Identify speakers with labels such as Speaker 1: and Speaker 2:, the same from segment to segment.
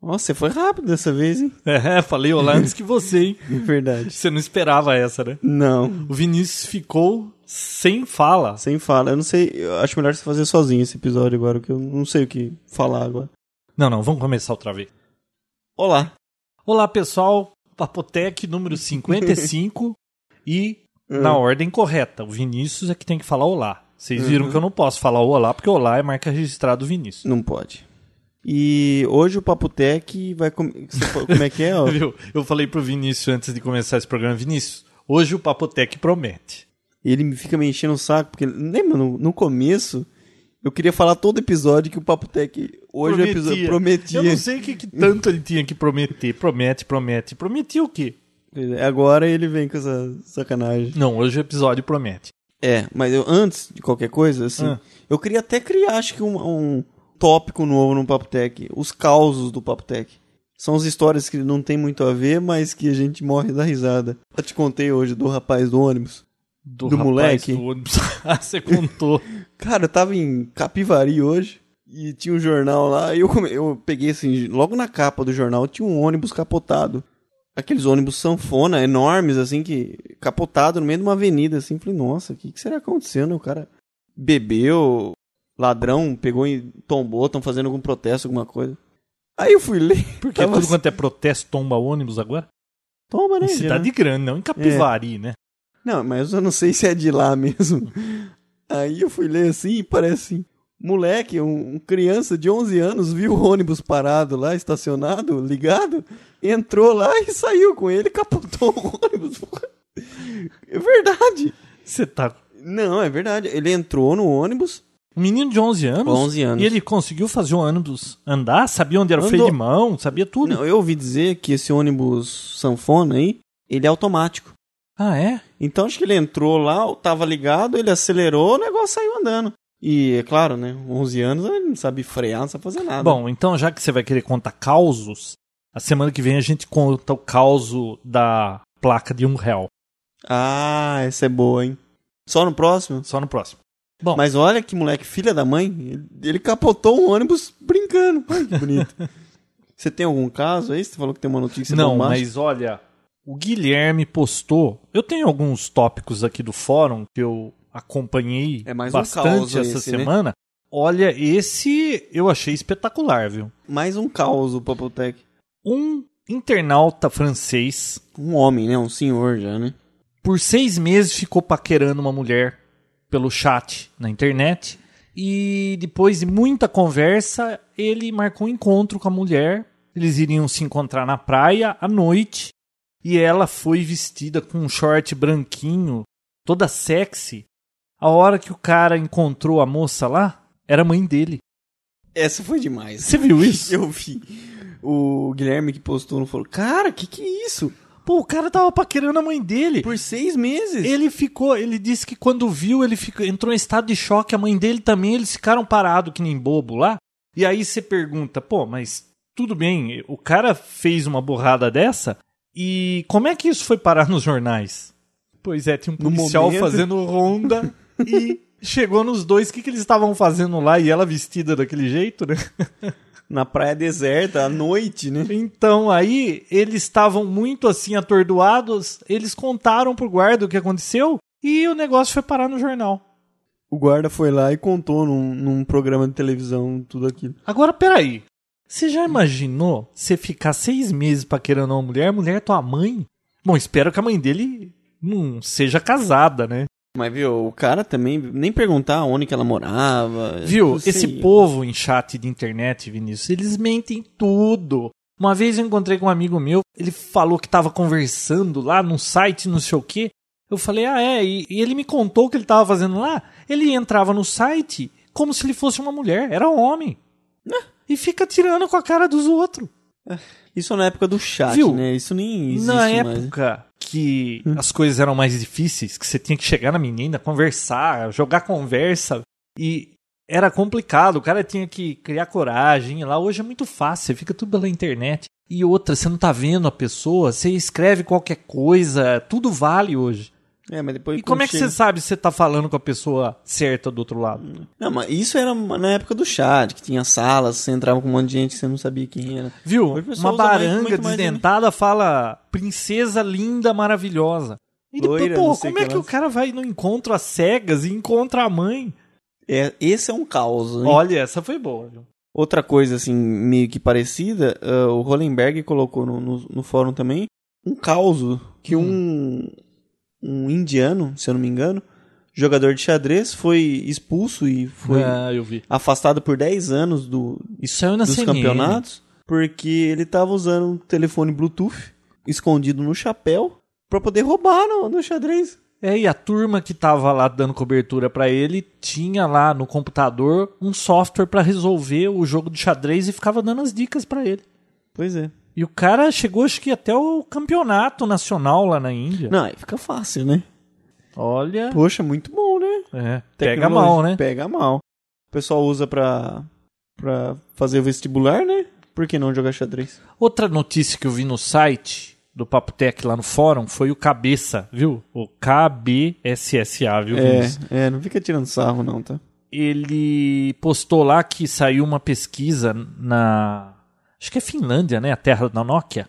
Speaker 1: Nossa, você foi rápido dessa vez, hein?
Speaker 2: É, falei olá antes que você, hein?
Speaker 1: É verdade.
Speaker 2: Você não esperava essa, né?
Speaker 1: Não,
Speaker 2: O Vinícius ficou sem fala.
Speaker 1: sem fala. Eu não sei, eu acho melhor você fazer sozinho esse episódio agora, que eu não sei o que falar agora.
Speaker 2: Não, não, vamos começar outra vez.
Speaker 1: Olá.
Speaker 2: Olá, pessoal. Papotec número 55 e
Speaker 1: Hum,
Speaker 2: na ordem correta. O Vinícius é que tem que falar olá. Vocês
Speaker 1: Uhum.
Speaker 2: viram que eu não posso falar o olá, porque olá é marca registrada do Vinícius.
Speaker 1: Não pode. E hoje o Papo Tech vai... Com... você fa- Como é que é? ó?
Speaker 2: Viu? Eu falei pro Vinícius antes de começar esse programa, Vinícius, hoje o Papotec promete.
Speaker 1: ele me fica me enchendo o saco, porque lembra no, no começo eu queria falar todo episódio que o Papo Tech hoje o episódio prometia.
Speaker 2: Eu não sei o que, que tanto ele tinha que prometer. Promete, promete. Prometia o quê?
Speaker 1: Pois é, Agora ele vem com essa sacanagem.
Speaker 2: Não, hoje o episódio promete.
Speaker 1: É, mas eu antes de qualquer coisa, assim,
Speaker 2: Ah.
Speaker 1: eu queria até criar acho que um, um tópico novo no Papo Tech, os causos do Papo Tech. São as histórias que não tem muito a ver, mas que a gente morre da risada. Eu te contei hoje do rapaz do ônibus. Do
Speaker 2: rapaz
Speaker 1: moleque?
Speaker 2: Do ônibus. Ah, você contou.
Speaker 1: Cara, eu tava em Capivari hoje e tinha um jornal lá. E eu, come- eu peguei assim, logo na capa do jornal tinha um ônibus capotado. Aqueles ônibus sanfona enormes, assim, que capotado no meio de uma avenida, assim. Falei, nossa, o que, que será que aconteceu, né? O cara bebeu, ladrão, pegou e tombou, estão fazendo algum protesto, alguma coisa. Aí eu fui ler.
Speaker 2: Porque
Speaker 1: Tava
Speaker 2: tudo
Speaker 1: assim-
Speaker 2: quanto é protesto tomba ônibus agora?
Speaker 1: Tomba, né?
Speaker 2: Em
Speaker 1: Geralmente.
Speaker 2: cidade grande, não em
Speaker 1: É.
Speaker 2: Capivari, né?
Speaker 1: Não, mas eu não sei se é de lá mesmo. Aí eu fui ler assim e parece assim. Moleque, um, um criança de 11 anos viu o ônibus parado lá, estacionado, ligado, entrou lá e saiu com ele, capotou o ônibus. É verdade.
Speaker 2: Você tá.
Speaker 1: Não, é verdade. Ele entrou no ônibus,
Speaker 2: Um menino de 11 anos.
Speaker 1: 11 anos.
Speaker 2: E ele conseguiu fazer o ônibus andar, sabia onde era o freio
Speaker 1: Andou.
Speaker 2: de mão, sabia tudo.
Speaker 1: Não, eu ouvi dizer que esse ônibus sanfona aí, ele é automático.
Speaker 2: Ah, é?
Speaker 1: Então acho que ele entrou lá, tava ligado, ele acelerou, o negócio saiu andando. E é claro, né? 11 anos, ele não sabe frear, não sabe fazer nada.
Speaker 2: Bom, então já que você vai querer contar causos, a semana que vem a gente conta o causo da placa de um real.
Speaker 1: Ah, essa é boa, hein? Só no próximo?
Speaker 2: Só no próximo. Bom,
Speaker 1: Mas olha que moleque, filha da mãe, ele- ele capotou um ônibus brincando. Ai, que bonito. Você tem algum caso aí? Você falou que tem uma notícia
Speaker 2: não,
Speaker 1: bombástica.
Speaker 2: mas olha, o Guilherme postou. Eu tenho alguns tópicos aqui do fórum que eu acompanhei
Speaker 1: É mais um caos
Speaker 2: bastante essa
Speaker 1: esse, né?
Speaker 2: semana. Olha, esse eu achei espetacular, viu?
Speaker 1: Mais um caos, o Papotec.
Speaker 2: Um internauta francês
Speaker 1: Um homem, né? Um senhor já, né?
Speaker 2: por seis meses ficou paquerando uma mulher pelo chat na internet. E depois de muita conversa, ele marcou um encontro com a mulher. Eles iriam se encontrar na praia à noite. E ela foi vestida com um short branquinho, toda sexy. A hora que o cara encontrou a moça lá, era a mãe dele.
Speaker 1: Essa foi demais.
Speaker 2: Você viu isso?
Speaker 1: Eu vi. O Guilherme que postou não falou: Cara, que que é isso?
Speaker 2: Pô, o cara tava paquerando a mãe dele.
Speaker 1: Por seis meses?
Speaker 2: Ele ficou, ele disse que quando viu, ele ficou, entrou em estado de choque, a mãe dele também, eles ficaram parados que nem bobo lá. E aí você pergunta, pô, mas tudo bem, o cara fez uma borrada dessa e como é que isso foi parar nos jornais? Pois é, tinha um
Speaker 1: No
Speaker 2: policial
Speaker 1: momento-
Speaker 2: fazendo ronda e chegou nos dois, o que, que eles estavam fazendo lá e ela vestida daquele jeito, né?
Speaker 1: Na praia deserta, à noite, né?
Speaker 2: Então aí eles estavam muito assim atordoados, eles contaram pro guarda o que aconteceu e o negócio foi parar no jornal.
Speaker 1: O guarda foi lá e contou num, num programa de televisão tudo aquilo.
Speaker 2: Agora, peraí. Você já imaginou você ficar seis meses paquerando uma mulher, a mulher é tua mãe? Bom, espero que a mãe dele não seja casada, né?
Speaker 1: Mas viu, o cara também nem perguntar onde que ela morava.
Speaker 2: Viu?
Speaker 1: não sei.
Speaker 2: Esse povo em chat de internet, Vinícius, eles mentem tudo. Uma vez eu encontrei com um amigo meu, ele falou que tava conversando lá num site, não sei o quê. Eu falei, ah, é, e, e ele me contou o que ele tava fazendo lá. Ele entrava no site como se ele fosse uma mulher, era homem. E fica tirando com a cara dos outros.
Speaker 1: Isso na época do chat,
Speaker 2: Viu?
Speaker 1: né? Isso nem existe
Speaker 2: Na
Speaker 1: mais. né?
Speaker 2: época que as coisas eram mais difíceis, que você tinha que chegar na menina, conversar, jogar conversa, e era complicado, o cara tinha que criar coragem ir lá. Hoje é muito fácil, fica tudo pela internet. E outra, você não tá vendo a pessoa, você escreve qualquer coisa, tudo vale hoje.
Speaker 1: É, mas depois
Speaker 2: E como é que
Speaker 1: chega-
Speaker 2: você sabe se você tá falando com a pessoa certa do outro lado?
Speaker 1: Não, mas isso era na época do chat, que tinha salas, você entrava com um monte de gente que você não sabia quem era.
Speaker 2: Viu?
Speaker 1: Hoje o pessoal usa
Speaker 2: Uma
Speaker 1: mais-
Speaker 2: baranga
Speaker 1: muito mais, né?
Speaker 2: desdentada fala princesa linda, maravilhosa. E depois,
Speaker 1: Loira, não
Speaker 2: pô,
Speaker 1: sei
Speaker 2: como é
Speaker 1: que
Speaker 2: que o
Speaker 1: lá.
Speaker 2: cara vai no encontro às cegas e encontra a mãe?
Speaker 1: É, esse é um caos. hein?
Speaker 2: Olha, essa foi boa. viu?
Speaker 1: Outra coisa, assim, meio que parecida, ah, o Hollenberg colocou no, no, no fórum também um caos que um, um indiano, se eu não me engano, jogador de xadrez, foi expulso e foi
Speaker 2: Ah, eu vi.
Speaker 1: afastado por 10 anos do,
Speaker 2: Isso saiu na
Speaker 1: dos
Speaker 2: CNN.
Speaker 1: campeonatos, porque ele tava usando um telefone Bluetooth escondido no chapéu pra poder roubar no, no xadrez.
Speaker 2: É, e a turma que tava lá dando cobertura pra ele tinha lá no computador um software pra resolver o jogo de xadrez e ficava dando as dicas pra ele.
Speaker 1: Pois é.
Speaker 2: E o cara chegou, acho que até o campeonato nacional lá na Índia.
Speaker 1: Não, aí fica fácil, né?
Speaker 2: Olha,
Speaker 1: Poxa, muito bom, né?
Speaker 2: é, pega
Speaker 1: Tecnologia-
Speaker 2: mal, né?
Speaker 1: Pega mal. O pessoal usa pra, pra fazer o vestibular, né? Por que não jogar xadrez?
Speaker 2: Outra notícia que eu vi no site do Papo Tech lá no fórum foi o Cabeça, viu? O KBSSA, viu, Vinícius?
Speaker 1: É, é, não fica tirando sarro, não, tá?
Speaker 2: Ele postou lá que saiu uma pesquisa na. Acho que é Finlândia, né? A terra da Nokia.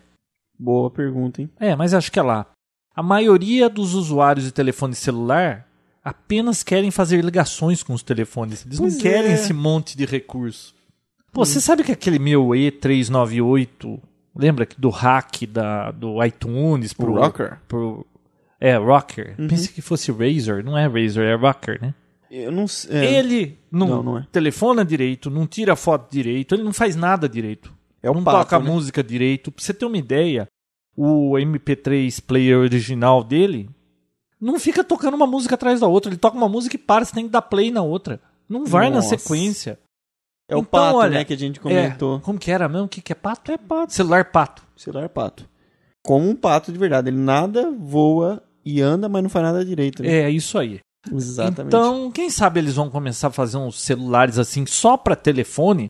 Speaker 1: Boa pergunta, hein?
Speaker 2: É, mas acho que é lá. A maioria dos usuários de telefone celular apenas querem fazer ligações com os telefones. Eles
Speaker 1: Pois
Speaker 2: não querem
Speaker 1: é. Hum.
Speaker 2: esse monte de recurso. Pô, você sabe que aquele meu E398, lembra que do hack da, do iTunes pro
Speaker 1: Rocker? Uhum.
Speaker 2: Pro, é, Rocker. Pensei que fosse Razer, não é Razer, é Rocker, né?
Speaker 1: Eu não sei. É,
Speaker 2: Ele não,
Speaker 1: Não, não é.
Speaker 2: telefona direito, não tira foto direito, ele não faz nada direito.
Speaker 1: É o
Speaker 2: não
Speaker 1: papo,
Speaker 2: um toca
Speaker 1: né?
Speaker 2: música direito. Pra você ter uma ideia, o MP3 player original dele não fica tocando uma música atrás da outra. Ele toca uma música e para, você tem que dar play na outra. Não vai
Speaker 1: Nossa.
Speaker 2: na sequência.
Speaker 1: é o
Speaker 2: então,
Speaker 1: pato,
Speaker 2: olha,
Speaker 1: né? Que a gente
Speaker 2: É,
Speaker 1: comentou.
Speaker 2: como que era mesmo? O que, que é pato? É pato. Celular pato.
Speaker 1: Celular é pato. Como um pato de verdade. Ele nada, voa e anda, mas não faz nada direito. Né?
Speaker 2: É isso aí.
Speaker 1: Exatamente.
Speaker 2: Então, quem sabe eles vão começar a fazer uns celulares assim só para telefone?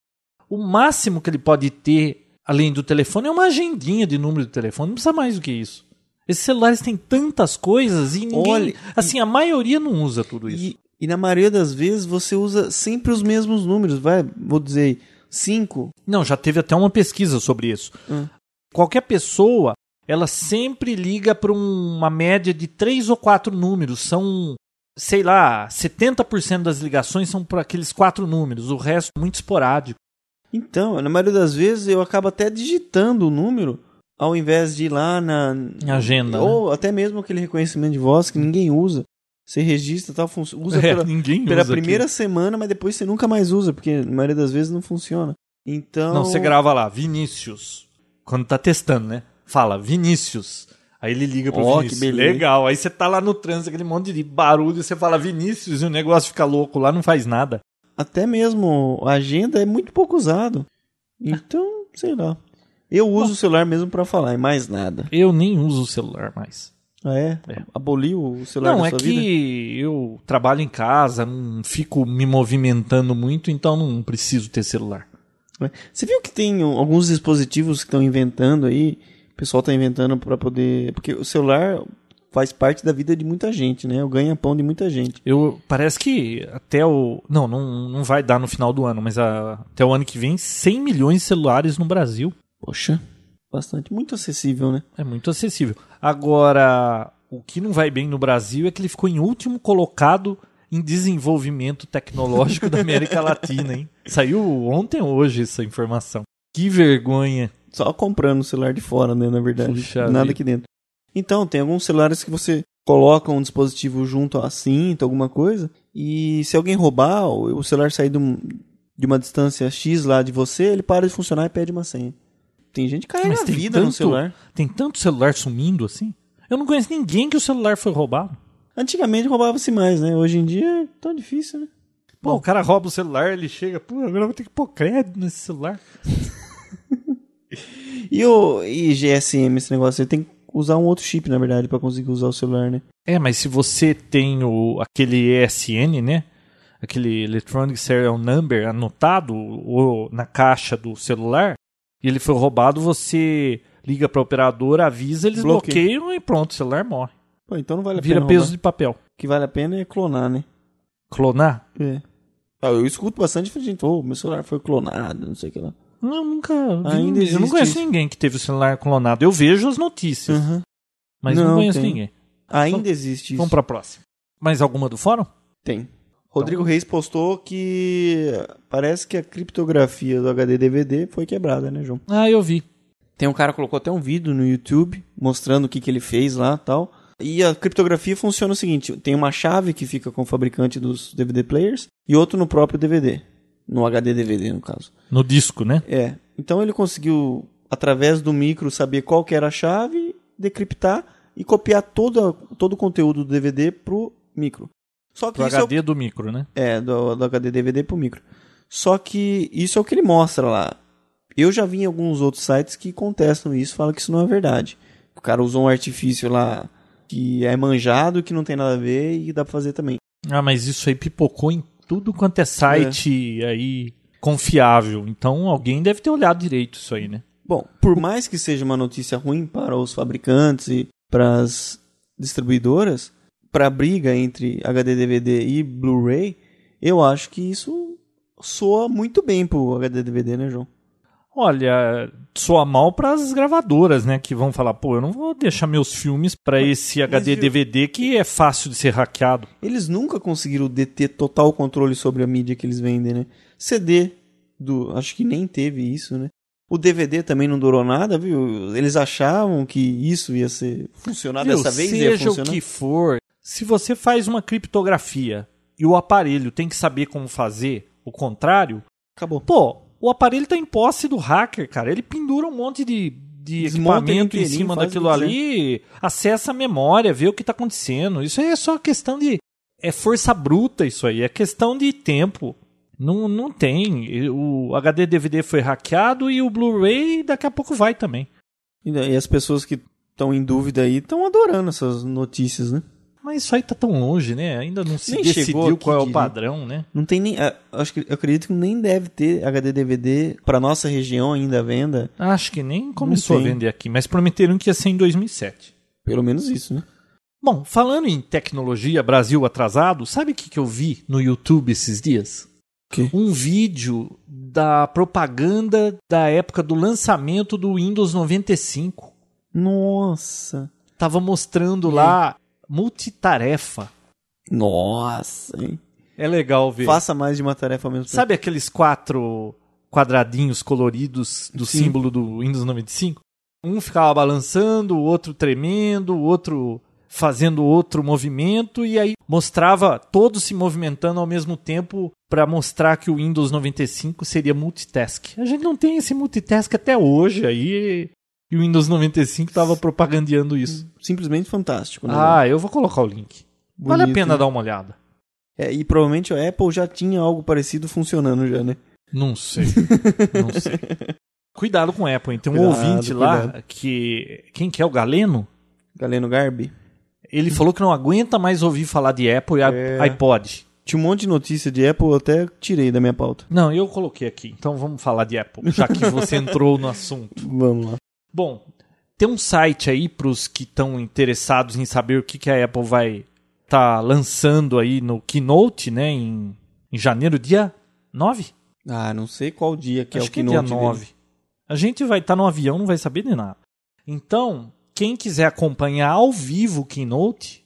Speaker 2: O máximo que ele pode ter além do telefone é uma agendinha de número de telefone, não precisa mais do que isso. Esses celulares têm tantas coisas e ninguém,
Speaker 1: Olha,
Speaker 2: assim, a maioria não usa tudo isso.
Speaker 1: E, e na maioria das vezes você usa sempre os mesmos números, vai, vou dizer, 5.
Speaker 2: Não, já teve até uma pesquisa sobre isso.
Speaker 1: Hum.
Speaker 2: Qualquer pessoa, ela sempre liga para uma média de três ou quatro números. São, sei lá, 70% das ligações são para aqueles quatro números, o resto é muito esporádico.
Speaker 1: Então, na maioria das vezes eu acabo até digitando o número ao invés de ir lá na
Speaker 2: Em agenda, né?
Speaker 1: ou até mesmo aquele reconhecimento de voz que ninguém usa. Você registra tal função, usa
Speaker 2: É,
Speaker 1: pela,
Speaker 2: ninguém
Speaker 1: pela
Speaker 2: usa
Speaker 1: primeira
Speaker 2: aquilo.
Speaker 1: semana, mas depois você nunca mais usa, porque na maioria das vezes não funciona. Então,
Speaker 2: Não, você grava lá, Vinícius. Quando tá testando, né? Fala, Vinícius. Aí ele liga pro
Speaker 1: Ó, que
Speaker 2: Vinícius.
Speaker 1: beleza.
Speaker 2: Legal. Aí você tá lá no trânsito, aquele monte de barulho, você fala Vinícius e o negócio fica louco lá, não faz nada.
Speaker 1: até mesmo a agenda é muito pouco usado. Então, sei lá. Eu uso o celular mesmo pra falar, e mais nada.
Speaker 2: Eu nem uso o celular mais.
Speaker 1: Ah, é?
Speaker 2: É.
Speaker 1: Aboliu o celular
Speaker 2: Não,
Speaker 1: da
Speaker 2: é
Speaker 1: sua
Speaker 2: que
Speaker 1: vida?
Speaker 2: eu trabalho em casa, não fico me movimentando muito, então não preciso ter celular.
Speaker 1: né? Você viu que tem um, alguns dispositivos que estão inventando aí? O pessoal tá inventando pra poder. Porque o celular faz parte da vida de muita gente, né? O ganha-pão de muita gente.
Speaker 2: Eu parece que até o não, não, não vai dar no final do ano, mas a- até o ano que vem 100 milhões de celulares no Brasil.
Speaker 1: Poxa, bastante. Muito acessível, né?
Speaker 2: É muito acessível. Agora, o que não vai bem no Brasil é que ele ficou em último colocado em desenvolvimento tecnológico da América Latina, hein? Saiu ontem ou hoje essa informação. Que vergonha.
Speaker 1: Só comprando o celular de fora, né? Na verdade.
Speaker 2: Puxa
Speaker 1: Nada
Speaker 2: vida.
Speaker 1: aqui dentro. Então, tem alguns celulares que você coloca um dispositivo junto à cinta, alguma coisa, e se alguém roubar, o o celular sair de, um- de uma distância X lá de você, ele para de funcionar e pede uma senha. Tem gente que cai
Speaker 2: Mas
Speaker 1: na
Speaker 2: tem
Speaker 1: vida no
Speaker 2: tanto-
Speaker 1: celular.
Speaker 2: Tem tanto celular sumindo assim? Eu não conheço ninguém que o celular foi roubado.
Speaker 1: Antigamente roubava-se mais, né? Hoje em dia é tão difícil, né?
Speaker 2: Pô, o cara rouba o celular, ele chega, pô, agora eu vou ter que pôr crédito nesse celular.
Speaker 1: E o e GSM, esse negócio, você tem que usar um outro chip, na verdade, pra conseguir usar o celular, né?
Speaker 2: É, mas se você tem o, aquele ESN, né? Aquele Electronic Serial Number anotado ou na caixa do celular, e ele foi roubado, você liga pra operadora, avisa, eles
Speaker 1: Bloqueia.
Speaker 2: bloqueiam e pronto, o celular morre.
Speaker 1: Pô, então não vale a
Speaker 2: Vira
Speaker 1: pena.
Speaker 2: peso
Speaker 1: roubar.
Speaker 2: de papel.
Speaker 1: O que vale a pena é clonar, né?
Speaker 2: Clonar?
Speaker 1: É. Ah, eu escuto bastante gente, ô, meu celular foi clonado, não sei o que lá.
Speaker 2: Não, nunca. vi
Speaker 1: Ainda
Speaker 2: ninguém. eu não
Speaker 1: existe
Speaker 2: conheço
Speaker 1: isso.
Speaker 2: ninguém que teve o celular clonado. Eu vejo as notícias,
Speaker 1: Aham.
Speaker 2: mas não,
Speaker 1: Não,
Speaker 2: conheço
Speaker 1: tem.
Speaker 2: ninguém.
Speaker 1: Ainda existe isso.
Speaker 2: Vamos pra próxima. Mais alguma do fórum?
Speaker 1: Tem. Então- Rodrigo Reis postou que parece que a criptografia do HD DVD foi quebrada, né, João?
Speaker 2: Ah, eu vi.
Speaker 1: Tem um cara que colocou até um vídeo no YouTube mostrando o que, que ele fez lá tal. E a criptografia funciona o seguinte: tem uma chave que fica com o fabricante dos DVD players e outro no próprio DVD. No HD DVD, no caso.
Speaker 2: No disco, né?
Speaker 1: É. Então ele conseguiu, através do micro, saber qual que era a chave, decriptar e copiar toda, todo o conteúdo do DVD pro micro. Só que
Speaker 2: Do
Speaker 1: isso é o-
Speaker 2: HD do micro, né?
Speaker 1: é, do, do HD DVD pro micro. Só que isso é o que ele mostra lá. Eu já vi em alguns outros sites que contestam isso, falam que isso não é verdade. O cara usou um artifício lá que é manjado, que não tem nada a ver e que dá pra fazer também.
Speaker 2: Ah, mas isso aí pipocou em tudo quanto é site
Speaker 1: É.
Speaker 2: aí confiável. Então alguém deve ter olhado direito isso aí, né?
Speaker 1: Bom, por mais que seja uma notícia ruim para os fabricantes e para as distribuidoras, para a briga entre HD DVD e Blu-ray, eu acho que isso soa muito bem pro HD DVD, né, João?
Speaker 2: Olha, soa mal pras gravadoras, né? Que vão falar, pô, eu não vou deixar meus filmes pra esse HD
Speaker 1: Gil-
Speaker 2: DVD que é fácil de ser hackeado.
Speaker 1: Eles nunca conseguiram deter total controle sobre a mídia que eles vendem, né? CD, do, acho que nem teve isso, né? O DVD também não durou nada, viu? Eles achavam que isso ia ser funcionar
Speaker 2: Viu,
Speaker 1: Ah, dessa vez, ia
Speaker 2: seja o
Speaker 1: funcionar.
Speaker 2: que for, se você faz uma criptografia e o aparelho tem que saber como fazer o contrário,
Speaker 1: Acabou.
Speaker 2: pô, o aparelho tá em posse do hacker, cara. Ele pendura um monte de, de
Speaker 1: Desmonta
Speaker 2: equipamento
Speaker 1: ele
Speaker 2: em
Speaker 1: inteirinho,
Speaker 2: cima
Speaker 1: faz o
Speaker 2: daquilo
Speaker 1: que
Speaker 2: ali, acessa a memória, vê o que tá acontecendo. Isso aí é só questão de. É força bruta isso aí, é questão de tempo. Não, não tem. O HD DVD foi hackeado e o Blu-ray daqui a pouco vai também.
Speaker 1: E daí as pessoas que estão em dúvida aí estão adorando essas notícias, né?
Speaker 2: Mas isso aí tá tão longe, né? Ainda não se
Speaker 1: Nem chegou
Speaker 2: decidiu
Speaker 1: aqui
Speaker 2: qual é o
Speaker 1: de-
Speaker 2: padrão, né?
Speaker 1: Não tem nem. a- Acho que, eu acredito que nem deve ter HD DVD pra nossa região ainda à venda.
Speaker 2: Acho que nem começou a
Speaker 1: tem.
Speaker 2: vender aqui, mas prometeram que ia ser em 2007.
Speaker 1: Pelo menos isso, né?
Speaker 2: Bom, falando em tecnologia Brasil atrasado, sabe o que, que eu vi no YouTube esses dias?
Speaker 1: quê?
Speaker 2: Um vídeo da propaganda da época do lançamento do Windows 95.
Speaker 1: Nossa.
Speaker 2: Tava mostrando
Speaker 1: E
Speaker 2: lá multitarefa.
Speaker 1: Nossa, hein?
Speaker 2: É legal ver.
Speaker 1: Faça mais de uma tarefa ao mesmo tempo.
Speaker 2: Sabe aqueles quatro quadradinhos coloridos do
Speaker 1: Sim.
Speaker 2: símbolo do Windows 95? Um ficava balançando, o outro tremendo, o outro fazendo outro movimento e aí mostrava todos se movimentando ao mesmo tempo para mostrar que o Windows 95 seria multitask. A gente não tem esse multitask até hoje aí e o Windows 95 estava propagandeando isso.
Speaker 1: Simplesmente fantástico. né?
Speaker 2: Ah, eu vou colocar o link. vale a
Speaker 1: Bonito,
Speaker 2: pena
Speaker 1: né?
Speaker 2: dar um uma olhada.
Speaker 1: É, e provavelmente a Apple já tinha algo parecido funcionando já, né?
Speaker 2: Não sei. Não sei. Cuidado com o Apple, hein? Tem um
Speaker 1: Cuidado,
Speaker 2: ouvinte lá
Speaker 1: cuidado.
Speaker 2: que. Quem que é o Galeno?
Speaker 1: Galeno Garbi.
Speaker 2: Ele falou que não aguenta mais ouvir falar de Apple e a-
Speaker 1: É.
Speaker 2: iPod.
Speaker 1: Tinha um monte de notícia de Apple, eu até tirei da minha pauta.
Speaker 2: Não, eu coloquei aqui. Então vamos falar de Apple, já que você entrou no assunto.
Speaker 1: Vamos lá.
Speaker 2: Bom, tem um site aí para os que estão interessados em saber o que, que a Apple vai estar lançando aí no Keynote, né? Em, em janeiro, dia 9?
Speaker 1: Ah, não sei qual dia que é
Speaker 2: Acho
Speaker 1: o
Speaker 2: que é dia
Speaker 1: keynote
Speaker 2: 9.
Speaker 1: dele.
Speaker 2: A gente vai estar no avião, não vai saber de nada. Então, quem quiser acompanhar ao vivo o Keynote,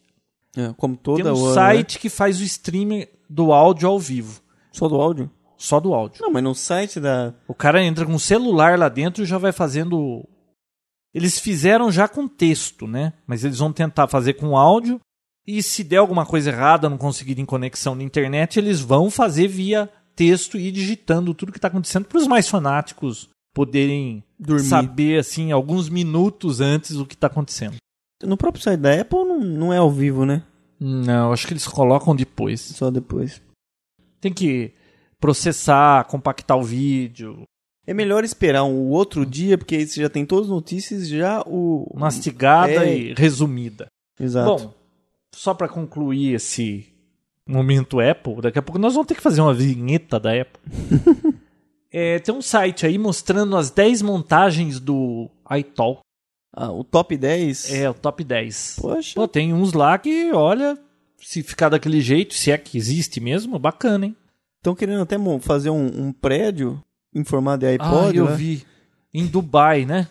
Speaker 1: É, como toda
Speaker 2: tem um
Speaker 1: hora, né?
Speaker 2: site que faz o streaming do áudio ao vivo.
Speaker 1: Só do áudio?
Speaker 2: Só do áudio.
Speaker 1: Não, mas no site da.
Speaker 2: O cara entra com o celular lá dentro e já vai fazendo. Eles fizeram já com texto, né? Mas eles vão tentar fazer com áudio. E se der alguma coisa errada, não conseguirem conexão na internet, eles vão fazer via texto e ir digitando tudo que está acontecendo para os mais fanáticos poderem
Speaker 1: Dormir.
Speaker 2: saber, assim, alguns minutos antes o que está acontecendo.
Speaker 1: No próprio site da Apple não, não é ao vivo, né?
Speaker 2: Não, acho que eles colocam depois.
Speaker 1: Só depois.
Speaker 2: Tem que processar, compactar o vídeo,
Speaker 1: É melhor esperar um outro dia, porque aí você já tem todas as notícias, já o.
Speaker 2: Mastigada
Speaker 1: É.
Speaker 2: e resumida.
Speaker 1: Exato.
Speaker 2: Bom, só pra concluir esse momento Apple, daqui a pouco nós vamos ter que fazer uma vinheta da Apple. É, tem um site aí mostrando as 10 montagens do iTalk.
Speaker 1: Ah, o top 10.
Speaker 2: É, o top 10.
Speaker 1: Poxa.
Speaker 2: Pô, tem uns lá que, olha, se ficar daquele jeito, se é que existe mesmo, bacana, hein?
Speaker 1: Estão querendo até mo- fazer um, um prédio em formato de
Speaker 2: ah,
Speaker 1: iPod.
Speaker 2: eu
Speaker 1: né?
Speaker 2: vi. Em Dubai, né?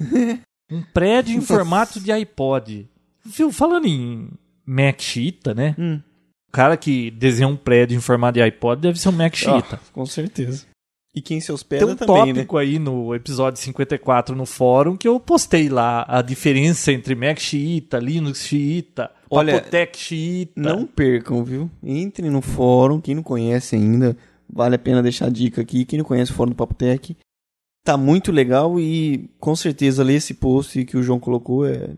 Speaker 2: um prédio em formato de iPod. Viu, falando em Mac Chita, né?
Speaker 1: Hum.
Speaker 2: O cara que desenhou um prédio em formato de iPod deve ser um Mac Chita.
Speaker 1: Ah, com certeza. E quem se
Speaker 2: Tem
Speaker 1: hospeda
Speaker 2: um
Speaker 1: também, né?
Speaker 2: tópico aí no episódio 54 no fórum que eu postei lá a diferença entre Mac Chita, Linux Chita,
Speaker 1: Olha,
Speaker 2: Papotec Chita.
Speaker 1: Não percam, viu? Entrem no fórum, quem não conhece ainda, vale a pena deixar a dica aqui. Quem não conhece o fórum do Papo Tech, tá muito legal e com certeza ler esse post que o João colocou é.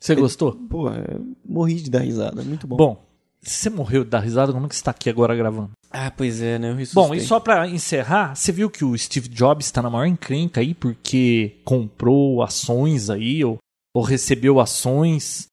Speaker 2: Você gostou?
Speaker 1: Pô, é, morri de dar risada, é muito bom.
Speaker 2: Bom, se você morreu de dar risada, como é que você está aqui agora gravando?
Speaker 1: Ah, pois é, né? Eu ressuscitei.
Speaker 2: Bom, e só pra encerrar, você viu que o Steve Jobs está na maior encrenca aí porque comprou ações aí ou, ou recebeu ações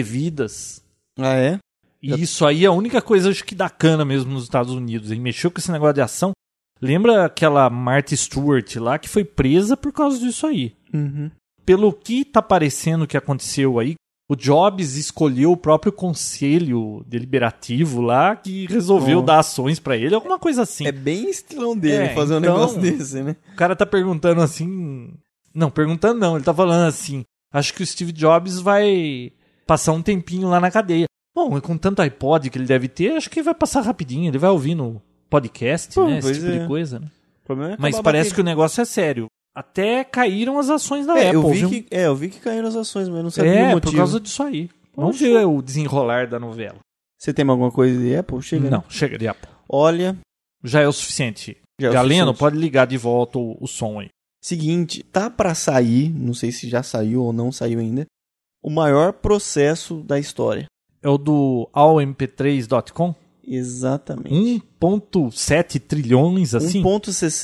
Speaker 2: indevidas.
Speaker 1: Ah, é?
Speaker 2: E
Speaker 1: Já-
Speaker 2: isso aí é a única coisa acho que dá cana mesmo nos Estados Unidos. Ele mexeu com esse negócio de ação. Lembra aquela Martha Stewart lá que foi presa por causa disso aí?
Speaker 1: Uhum.
Speaker 2: Pelo que tá parecendo que aconteceu aí, o Jobs escolheu o próprio conselho deliberativo lá que resolveu
Speaker 1: Oh.
Speaker 2: dar ações pra ele, alguma coisa assim.
Speaker 1: É bem estilão dele
Speaker 2: É,
Speaker 1: fazer um
Speaker 2: então-
Speaker 1: negócio desse, né?
Speaker 2: O cara tá perguntando assim. Não, perguntando não, ele tá falando assim. Acho que o Steve Jobs vai passar um tempinho lá na cadeia. Bom, com tanto iPod que ele deve ter, acho que vai passar rapidinho. Ele vai ouvir no podcast,
Speaker 1: Pô,
Speaker 2: né? Esse
Speaker 1: pois
Speaker 2: tipo
Speaker 1: é.
Speaker 2: de coisa, né?
Speaker 1: O problema é
Speaker 2: Mas
Speaker 1: acabar
Speaker 2: parece
Speaker 1: batendo.
Speaker 2: que o negócio é sério. Até caíram as ações da
Speaker 1: É,
Speaker 2: Apple,
Speaker 1: eu vi
Speaker 2: viu?
Speaker 1: que, é, eu vi que caíram as ações, mas eu não sabia o
Speaker 2: É,
Speaker 1: motivo.
Speaker 2: por causa disso aí. Vamos
Speaker 1: Poxa.
Speaker 2: ver o desenrolar da novela.
Speaker 1: Você tem alguma coisa de Apple? Chega, né?
Speaker 2: Não, chega de Apple.
Speaker 1: Olha...
Speaker 2: Já é o suficiente.
Speaker 1: é o
Speaker 2: Galeno,
Speaker 1: suficiente.
Speaker 2: pode ligar de volta o, o som aí.
Speaker 1: Seguinte, tá pra sair, não sei se já saiu ou não saiu ainda, o maior processo da história.
Speaker 2: É o do allmp3.com?
Speaker 1: Exatamente.
Speaker 2: 1.7 trilhões Hum, assim?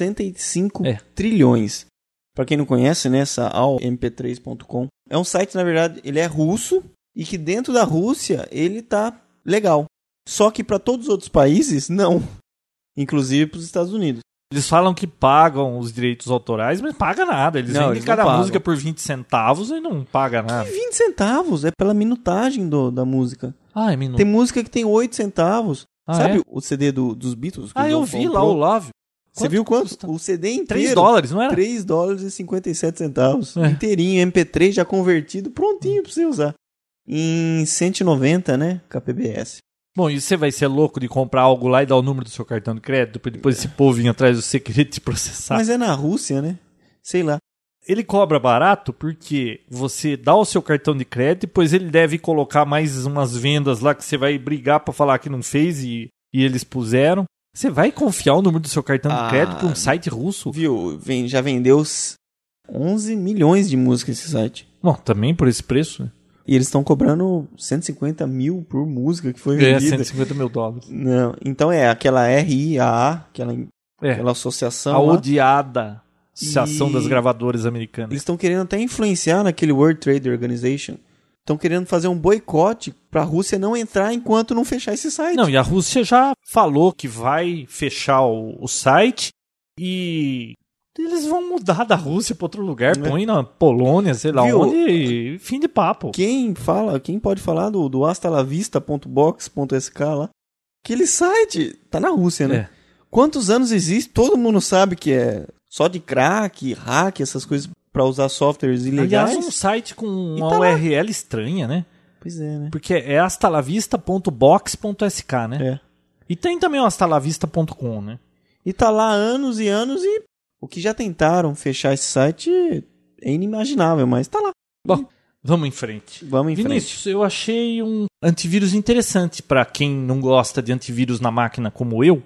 Speaker 1: 1.65
Speaker 2: É.
Speaker 1: trilhões. Pra quem não conhece, né, essa mp3.com é um site, na verdade, ele é russo e que dentro da Rússia ele tá legal. Só que pra todos os outros países, não. Inclusive pros Estados Unidos.
Speaker 2: Eles falam que pagam os direitos autorais, mas paga nada. Eles
Speaker 1: Não,
Speaker 2: vendem
Speaker 1: eles não
Speaker 2: cada
Speaker 1: pagam.
Speaker 2: música por 20 centavos e não paga nada.
Speaker 1: 20 centavos é pela minutagem do- da música.
Speaker 2: Ah, é minuto.
Speaker 1: Tem música que tem 8 centavos.
Speaker 2: Ah,
Speaker 1: Sabe
Speaker 2: é?
Speaker 1: o CD do- dos Beatles? que
Speaker 2: Ah,
Speaker 1: o
Speaker 2: eu
Speaker 1: João
Speaker 2: vi lá
Speaker 1: comprou?
Speaker 2: o Love.
Speaker 1: Você viu quanto?
Speaker 2: custa?
Speaker 1: O CD
Speaker 2: 3
Speaker 1: inteiro.
Speaker 2: dólares, não era?
Speaker 1: 3 dólares e 57 centavos.
Speaker 2: É.
Speaker 1: Inteirinho, MP3 já convertido, prontinho pra você usar. Em 190, né? KPBS.
Speaker 2: Bom, e você vai ser louco de comprar algo lá e dar o número do seu cartão de crédito pra
Speaker 1: É.
Speaker 2: depois esse povo vir atrás de você querer te processar?
Speaker 1: Mas é na Rússia, né? Sei lá.
Speaker 2: Ele cobra barato porque você dá o seu cartão de crédito, depois ele deve colocar mais umas vendas lá que você vai brigar pra falar que não fez e, e eles puseram. Você vai confiar o número do seu cartão
Speaker 1: Ah.
Speaker 2: de crédito pra um site russo?
Speaker 1: Viu? Vem- já vendeu os 11 milhões de músicas esse site.
Speaker 2: Bom, também por esse preço, né?
Speaker 1: E eles estão cobrando 150 mil por música que foi
Speaker 2: Ganha
Speaker 1: vendida.
Speaker 2: 150 mil dólares.
Speaker 1: Não, então é aquela RIAA, aquela,
Speaker 2: É,
Speaker 1: aquela associação.
Speaker 2: a
Speaker 1: lá.
Speaker 2: odiada Associação
Speaker 1: E-
Speaker 2: das Gravadoras Americanas.
Speaker 1: Eles estão querendo até influenciar naquele World Trade Organization. Estão querendo fazer um boicote pra Rússia não entrar enquanto não fechar esse site.
Speaker 2: Não, e a Rússia já falou que vai fechar o, o site e eles vão mudar da Rússia pra outro lugar,
Speaker 1: É.
Speaker 2: põe na Polônia, sei lá
Speaker 1: Viu?
Speaker 2: onde, e fim de papo.
Speaker 1: Quem fala, quem pode falar do, do astalavista.box.sk lá? Aquele site tá na Rússia, né?
Speaker 2: É.
Speaker 1: Quantos anos existe? Todo mundo sabe que é só de crack, hack, essas coisas pra usar softwares ilegais.
Speaker 2: Aliás, um site com
Speaker 1: E
Speaker 2: uma
Speaker 1: tá lá.
Speaker 2: URL estranha, né?
Speaker 1: Pois é, né?
Speaker 2: Porque é astalavista.box.sk, né?
Speaker 1: É.
Speaker 2: E tem também o astalavista.com, né?
Speaker 1: E tá lá anos e anos e o que já tentaram fechar esse site é inimaginável, mas tá lá.
Speaker 2: Vamos em frente.
Speaker 1: Vamos em frente.
Speaker 2: Vinícius, eu achei um antivírus interessante pra quem não gosta de antivírus na máquina como eu,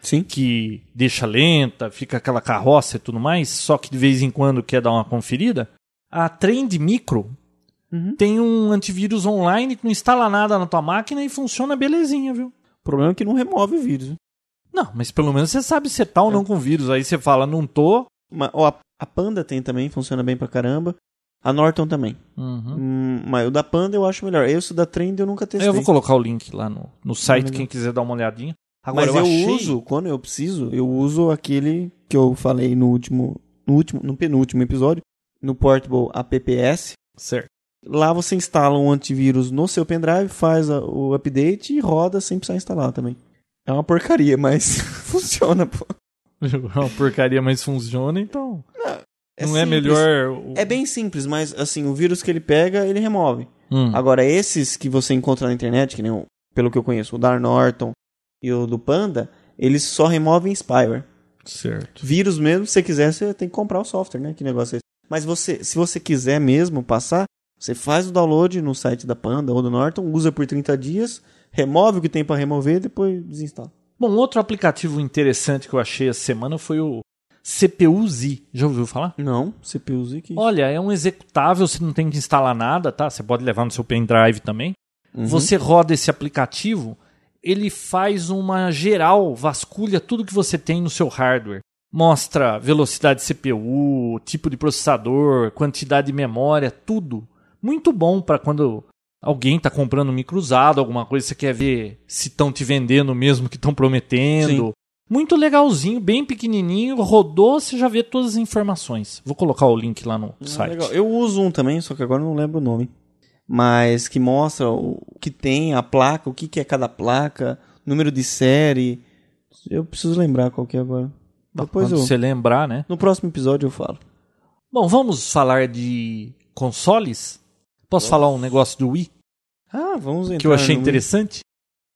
Speaker 1: Sim.
Speaker 2: que deixa lenta, fica aquela carroça e tudo mais, só que de vez em quando quer dar uma conferida. A Trend Micro
Speaker 1: Uhum.
Speaker 2: tem um antivírus online que não instala nada na tua máquina e funciona belezinha, viu?
Speaker 1: O problema é que não remove o vírus.
Speaker 2: É. Não, mas pelo menos você sabe se tá ou não com vírus. Aí você fala, não tô,
Speaker 1: Uma, ó, a, a Panda tem também, funciona bem pra caramba. A Norton também.
Speaker 2: Uhum.
Speaker 1: Hum, mas o da Panda eu acho melhor. Esse da Trend eu nunca testei.
Speaker 2: Eu vou colocar o link lá no, no site, quem quiser dar uma olhadinha. Agora
Speaker 1: mas eu,
Speaker 2: eu, achei-
Speaker 1: uso, quando eu preciso, eu uso aquele que eu falei no último, no último, no penúltimo episódio, no Portable APPS.
Speaker 2: Certo.
Speaker 1: Lá você instala um antivírus no seu pendrive, faz a- o update e roda sem precisar instalar também. É uma porcaria, mas funciona, pô.
Speaker 2: É uma porcaria, mas funciona, então. não é
Speaker 1: simples.
Speaker 2: melhor. o-
Speaker 1: É bem simples, mas assim, o vírus que ele pega, ele remove.
Speaker 2: Hum.
Speaker 1: Agora, esses que você encontra na internet, que nem o, pelo que eu conheço, o da Norton e o do Panda, eles só removem spyware.
Speaker 2: Certo.
Speaker 1: Vírus mesmo, se você quiser, você tem que comprar o software, né? Que negócio é esse? Mas você, se você quiser mesmo passar, você faz o download no site da Panda ou do Norton, usa por 30 dias, remove o que tem pra remover e depois desinstala.
Speaker 2: Bom, outro aplicativo interessante que eu achei essa semana foi o CPU-Z. Já ouviu falar?
Speaker 1: Não, CPU que
Speaker 2: Olha, é um executável, você não tem que instalar nada, tá? Você pode levar no seu pendrive também.
Speaker 1: Uhum.
Speaker 2: Você roda esse aplicativo, ele faz uma geral, vasculha tudo que você tem no seu hardware. Mostra velocidade de CPU, tipo de processador, quantidade de memória, tudo. Muito bom para quando alguém está comprando um micro usado, alguma coisa você quer ver se estão te vendendo mesmo que estão prometendo. Muito legalzinho, bem pequenininho, rodou, você já vê todas as informações. Vou colocar o link lá no
Speaker 1: Ah,
Speaker 2: site.
Speaker 1: legal. Eu uso um também, só que agora eu não lembro o nome. Mas que mostra o que tem, a placa, o que, que é cada placa, número de série. Eu preciso lembrar qual que é agora. Depois
Speaker 2: Tá, Quando
Speaker 1: eu.
Speaker 2: você lembrar, né?
Speaker 1: No próximo episódio eu falo.
Speaker 2: Bom, vamos falar de consoles? Posso falar um negócio do Wii
Speaker 1: Ah, vamos entrar.
Speaker 2: que eu achei
Speaker 1: no-
Speaker 2: interessante?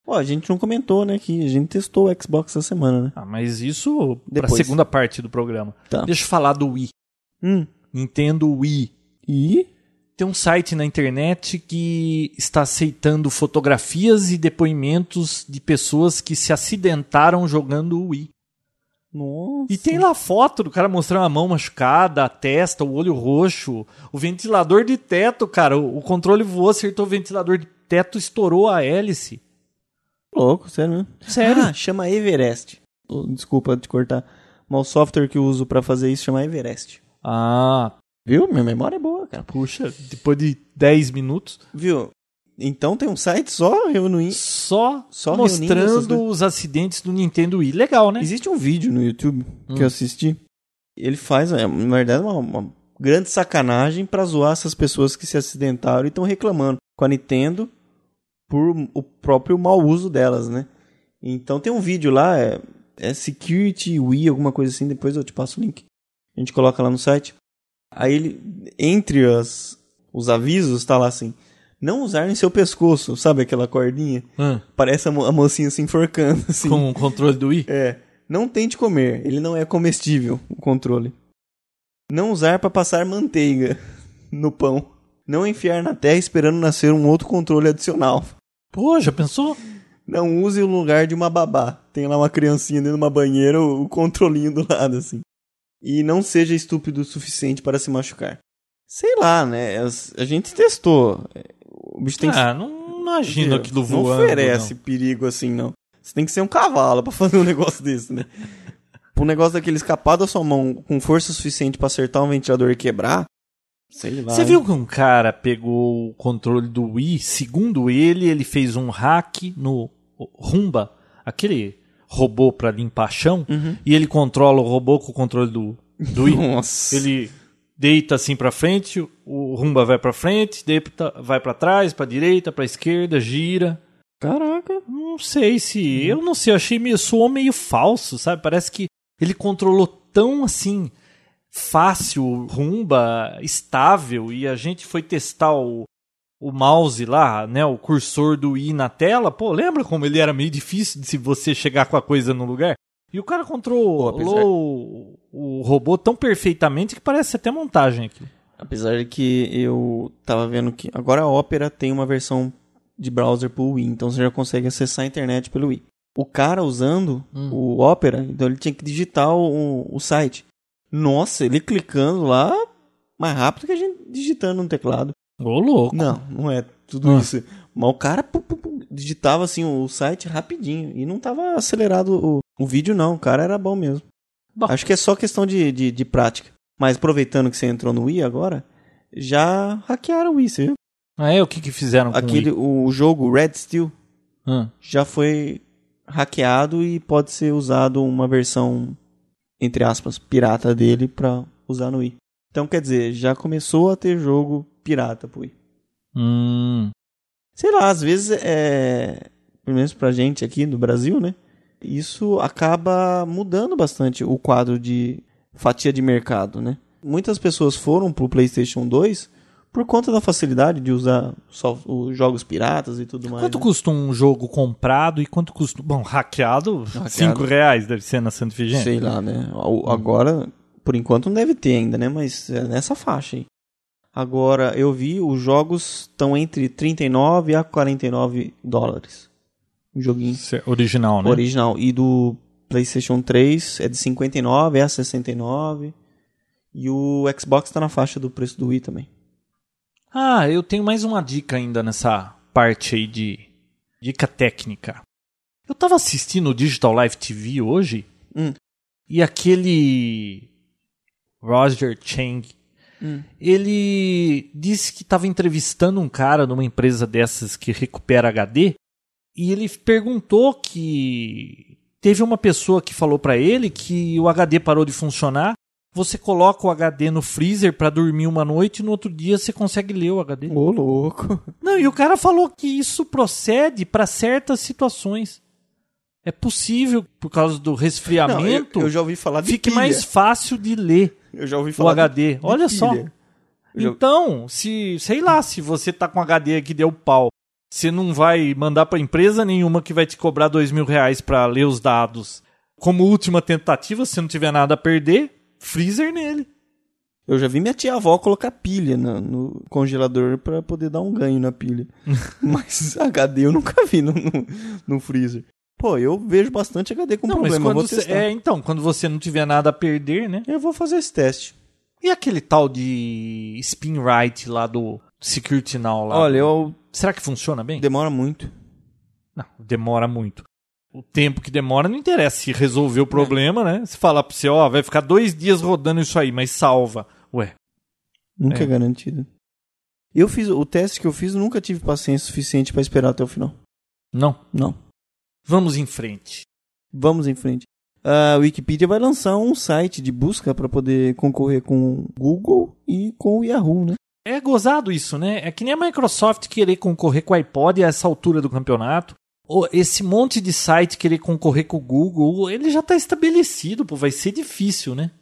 Speaker 1: Pô, a gente não comentou, né? Que a gente testou o Xbox essa semana, né?
Speaker 2: Ah, mas isso para a
Speaker 1: Depois.
Speaker 2: segunda parte do programa.
Speaker 1: Tá.
Speaker 2: Deixa eu falar do Wii.
Speaker 1: Hum.
Speaker 2: Nintendo Wii.
Speaker 1: E?
Speaker 2: Tem um site na internet que está aceitando fotografias e depoimentos de pessoas que se acidentaram jogando o Wii.
Speaker 1: Nossa.
Speaker 2: E tem lá foto do cara mostrando a mão machucada, a testa, o olho roxo, o ventilador de teto, cara. O, o controle voou, acertou o ventilador de teto, estourou a hélice.
Speaker 1: Louco, sério mesmo.
Speaker 2: Sério?
Speaker 1: Ah, chama Everest. Oh, Desculpa te cortar. Mas o software que eu uso pra fazer isso chama Everest.
Speaker 2: Ah,
Speaker 1: Viu? Minha memória é boa, cara.
Speaker 2: puxa, depois de 10 minutos,
Speaker 1: Viu? Então tem um site só reunindo.
Speaker 2: só,
Speaker 1: Só reunindo essas
Speaker 2: mostrando
Speaker 1: coisas.
Speaker 2: os acidentes do Nintendo Wii. Legal, né?
Speaker 1: Existe um vídeo no YouTube que eu assisti. Ele faz, é, na verdade, uma, uma grande sacanagem pra zoar essas pessoas que se acidentaram e estão reclamando com a Nintendo por o próprio mau uso delas, né? Então tem um vídeo lá, é, é Security Wii, alguma coisa assim. Depois eu te passo o link. A gente coloca lá no site. Aí ele, entre as, os avisos, tá lá assim: não usar em seu pescoço, sabe aquela cordinha?
Speaker 2: Ah,
Speaker 1: Parece a, mo- a mocinha se enforcando, assim.
Speaker 2: com o controle do Wii.
Speaker 1: É. Não tente comer, ele não é comestível, o controle. Não usar para passar manteiga no pão. Não enfiar na terra esperando nascer um outro controle adicional.
Speaker 2: Pô, já pensou?
Speaker 1: Não use o lugar de uma babá. Tem lá uma criancinha dentro de uma banheira, o o controlinho do lado, assim. E não seja estúpido o suficiente para se machucar. Sei lá, né? As- A gente testou. O bicho tem que
Speaker 2: Ah, não imagino aquilo voando.
Speaker 1: não oferece
Speaker 2: não.
Speaker 1: perigo assim, não. Você tem que ser um cavalo pra fazer um negócio desse, né? Pra um negócio daquele escapar da sua mão com força suficiente pra acertar um ventilador e quebrar. Sei lá.
Speaker 2: Você
Speaker 1: hein?
Speaker 2: viu que um cara pegou o controle do Wii, segundo ele, ele fez um hack no Rumba, aquele robô pra limpar chão,
Speaker 1: Uhum.
Speaker 2: e ele controla o robô com o controle do, do Wii.
Speaker 1: Nossa.
Speaker 2: Ele deita assim pra frente, o rumba vai pra frente, deita, vai pra trás, pra direita, pra esquerda, gira.
Speaker 1: Caraca.
Speaker 2: Não sei se, eu não sei, eu achei meio soou meio falso, sabe? Parece que ele controlou tão assim fácil, o rumba estável e a gente foi testar o o mouse lá, né, o cursor do i na tela, pô, lembra como ele era meio difícil de se você chegar com a coisa no lugar? E o cara controlou
Speaker 1: Pô, é. apesar-
Speaker 2: o, o robô tão perfeitamente que parece até montagem aqui.
Speaker 1: Apesar de que eu tava vendo que agora a Opera tem uma versão de browser pro Wii, então você já consegue acessar a internet pelo Wii. O cara usando
Speaker 2: Hum.
Speaker 1: o Opera, então ele tinha que digitar o, o site. Nossa, ele clicando lá mais rápido que a gente digitando no teclado.
Speaker 2: Ô, louco.
Speaker 1: Não, não é tudo
Speaker 2: Ah.
Speaker 1: isso. Mas o cara pu- pu- pu, digitava assim o site rapidinho e não tava acelerado o, o vídeo não, o cara era bom mesmo.
Speaker 2: Bom.
Speaker 1: Acho que é só questão de, de, de prática. Mas aproveitando que você entrou no Wii agora, já hackearam o Wii, você viu?
Speaker 2: Ah, é o que, que fizeram com
Speaker 1: Aquele,
Speaker 2: o Wii?
Speaker 1: o jogo Red Steel
Speaker 2: Ah,
Speaker 1: já foi hackeado e pode ser usado uma versão, entre aspas, pirata dele pra usar no Wii. Então, quer dizer, já começou a ter jogo pirata pro Wii.
Speaker 2: hum,
Speaker 1: Sei lá, às vezes é. Pelo menos pra gente aqui no Brasil, né? Isso acaba mudando bastante o quadro de fatia de mercado, né? Muitas pessoas foram pro PlayStation 2 por conta da facilidade de usar só os jogos piratas e tudo mais.
Speaker 2: Quanto
Speaker 1: né?
Speaker 2: custa um jogo comprado e quanto custa. Bom, hackeado,
Speaker 1: Hackeado.
Speaker 2: 5 reais deve ser na Santa Efigênia.
Speaker 1: Sei lá, né? A- Agora, por enquanto não deve ter ainda, né? Mas é nessa faixa aí. Agora, eu vi, os jogos estão entre 39 a 49 dólares. O joguinho
Speaker 2: Isso é Original, né?
Speaker 1: original. E do PlayStation 3 é de 59, é a 69. E o Xbox tá na faixa do preço do Wii também.
Speaker 2: Ah, eu tenho mais uma dica ainda nessa parte aí de dica técnica. Eu tava assistindo o Digital Live TV hoje
Speaker 1: Hum.
Speaker 2: e aquele Roger Chang,
Speaker 1: Hum.
Speaker 2: ele disse que estava entrevistando um cara numa empresa dessas que recupera HD e ele perguntou que teve uma pessoa que falou pra ele que o HD parou de funcionar. Você coloca o HD no freezer pra dormir uma noite e no outro dia você consegue ler o HD.
Speaker 1: Ô, louco.
Speaker 2: Não, e o cara falou que isso procede para certas situações. É possível, por causa do
Speaker 1: Não, eu,
Speaker 2: resfriamento,
Speaker 1: eu já ouvi falar de
Speaker 2: fique
Speaker 1: pilha.
Speaker 2: mais fácil de ler
Speaker 1: Eu já ouvi
Speaker 2: o
Speaker 1: falar de-
Speaker 2: HD.
Speaker 1: de
Speaker 2: Olha só.
Speaker 1: pilha. Eu já-
Speaker 2: Então, se, sei lá, se você tá com HD que deu pau, você não vai mandar pra empresa nenhuma que vai te cobrar dois mil reais pra ler os dados. Como última tentativa, se não tiver nada a perder, freezer nele.
Speaker 1: Eu já vi minha tia-avó colocar pilha na- no congelador pra poder dar um ganho na pilha. mas HD eu nunca vi no, no, no freezer. Pô, eu vejo bastante HD com
Speaker 2: não, mas
Speaker 1: problema, eu
Speaker 2: quando
Speaker 1: vou
Speaker 2: você-
Speaker 1: testar.
Speaker 2: é, então, quando você não tiver nada a perder, né?
Speaker 1: Eu vou fazer esse teste.
Speaker 2: E aquele tal de spin right lá do Security Now lá?
Speaker 1: Olha, eu...
Speaker 2: Será que funciona bem?
Speaker 1: demora muito.
Speaker 2: Não, demora muito. O tempo que demora não interessa se resolver
Speaker 1: É.
Speaker 2: o problema, né? Se falar pra você, ó, vai ficar dois dias rodando isso aí, mas salva. Ué,
Speaker 1: Nunca é,
Speaker 2: É.
Speaker 1: garantido. Eu fiz o teste que eu fiz, eu nunca tive paciência suficiente pra esperar até o final.
Speaker 2: não.
Speaker 1: Não.
Speaker 2: Vamos em frente.
Speaker 1: Vamos em frente. A Wikipedia vai lançar um site de busca pra poder concorrer com o Google e com o Yahoo, né?
Speaker 2: É gozado isso, né? É que nem a Microsoft querer concorrer com o iPod a essa altura do campeonato. Ou esse monte de site querer concorrer com o Google, ele já tá estabelecido, pô, vai ser difícil, né?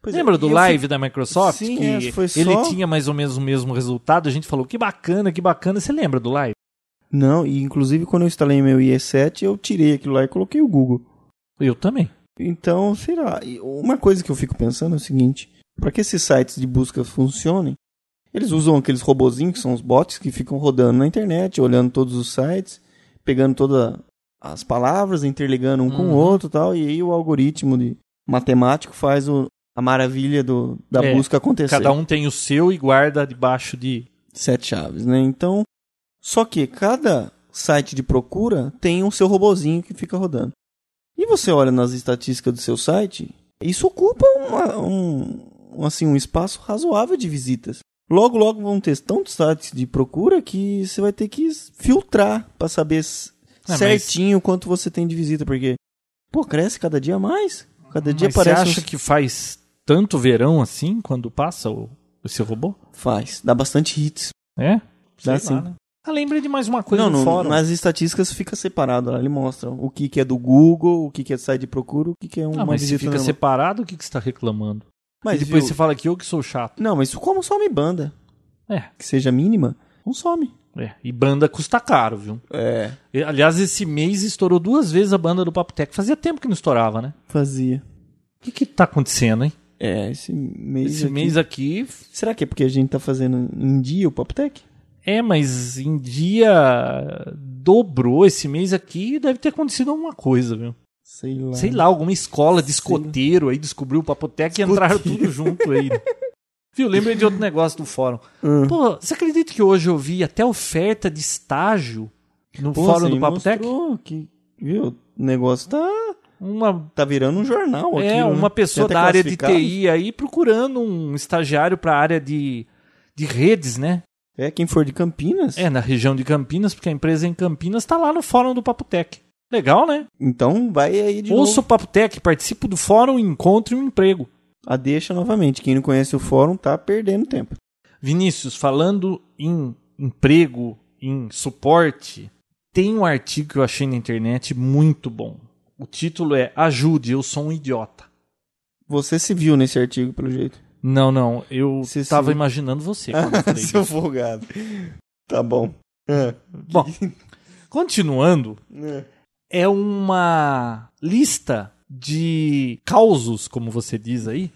Speaker 1: Pois é,
Speaker 2: Lembra do
Speaker 1: e eu
Speaker 2: live da Microsoft?
Speaker 1: Sim,
Speaker 2: que
Speaker 1: é, foi só-
Speaker 2: Ele tinha mais ou menos o mesmo resultado. A gente falou, que bacana, que bacana. Você lembra do live?
Speaker 1: Não, e inclusive quando eu instalei meu IE7, eu tirei aquilo lá e coloquei o Google.
Speaker 2: Eu também.
Speaker 1: Então, sei lá, e uma coisa que eu fico pensando é o seguinte, para que esses sites de busca funcionem, eles usam aqueles robozinhos que são os bots que ficam rodando na internet, olhando todos os sites, pegando todas as palavras, interligando um com o
Speaker 2: Uhum.
Speaker 1: outro, e tal, e aí o algoritmo de matemático faz o- a maravilha do, da
Speaker 2: É,
Speaker 1: busca acontecer.
Speaker 2: Cada um tem o seu e guarda debaixo de.
Speaker 1: sete chaves, né? Então, só que cada site de procura tem o seu robozinho que fica rodando. E você olha nas estatísticas do seu site, isso ocupa uma- um, um, assim, um espaço razoável de visitas. Logo, logo vão ter tantos sites de procura que você vai ter que filtrar para saber s-
Speaker 2: Ah, mas-
Speaker 1: certinho quanto você tem de visita, porque pô, cresce cada dia mais. Cada dia
Speaker 2: Ah, Mas você
Speaker 1: parece um
Speaker 2: acha que faz tanto verão assim quando passa o, o seu robô?
Speaker 1: faz, dá bastante hits.
Speaker 2: É?
Speaker 1: Dá sim.
Speaker 2: né? Ah, lembrei de mais uma coisa
Speaker 1: não,
Speaker 2: no
Speaker 1: não, é
Speaker 2: fórum.
Speaker 1: nas estatísticas fica separado lá, ele mostra o que, que é do Google, o que, que é site de procura, o que, que é uma
Speaker 2: Ah, mas se
Speaker 1: visita
Speaker 2: fica
Speaker 1: normal.
Speaker 2: separado, o que, que você tá reclamando?
Speaker 1: Mas
Speaker 2: e depois
Speaker 1: viu,
Speaker 2: você fala que eu que sou chato.
Speaker 1: Não, mas como some banda,
Speaker 2: É,
Speaker 1: que seja mínima, não some.
Speaker 2: é. E banda custa caro, viu?
Speaker 1: É.
Speaker 2: E, aliás, esse mês estourou duas vezes a banda do Papo Tech. Fazia tempo que não estourava, né?
Speaker 1: Fazia.
Speaker 2: O que que tá acontecendo, hein?
Speaker 1: É, esse mês
Speaker 2: Esse
Speaker 1: aqui-
Speaker 2: mês aqui
Speaker 1: Será que é porque a gente tá fazendo em dia o Poptec?
Speaker 2: É, mas em dia dobrou esse mês aqui deve ter acontecido alguma coisa, viu?
Speaker 1: Sei lá.
Speaker 2: Sei lá, alguma escola de
Speaker 1: Sei.
Speaker 2: escoteiro aí descobriu o Papoteca e entraram tudo junto aí. viu? Lembrei de outro negócio do fórum.
Speaker 1: Hum.
Speaker 2: Pô, você acredita que hoje eu vi até oferta de estágio no
Speaker 1: Pô,
Speaker 2: fórum
Speaker 1: você
Speaker 2: do
Speaker 1: me
Speaker 2: Papotec?
Speaker 1: mostrou que, viu, o negócio tá
Speaker 2: Uma,
Speaker 1: Tá virando um jornal aqui.
Speaker 2: é, uma pessoa da área de TI aí procurando um estagiário para a área de, de redes, né?
Speaker 1: É, quem for de Campinas.
Speaker 2: É, na região de Campinas, porque a empresa em Campinas está lá no fórum do Papotec. Legal, né?
Speaker 1: Então vai aí de
Speaker 2: Ouça
Speaker 1: novo.
Speaker 2: o Papotec, participe do fórum, encontre um emprego.
Speaker 1: A deixa novamente. Quem não conhece o fórum tá perdendo tempo.
Speaker 2: Vinícius, falando em emprego, em suporte, tem um artigo que eu achei na internet muito bom. O título é Ajude, eu sou um idiota.
Speaker 1: Você se viu nesse artigo, pelo jeito.
Speaker 2: Não, não, eu
Speaker 1: Você se-
Speaker 2: estava imaginando você quando eu falei
Speaker 1: Tá Seu
Speaker 2: disso.
Speaker 1: folgado. Tá bom. É.
Speaker 2: Bom, continuando,
Speaker 1: É.
Speaker 2: é uma lista de causos, como você diz aí,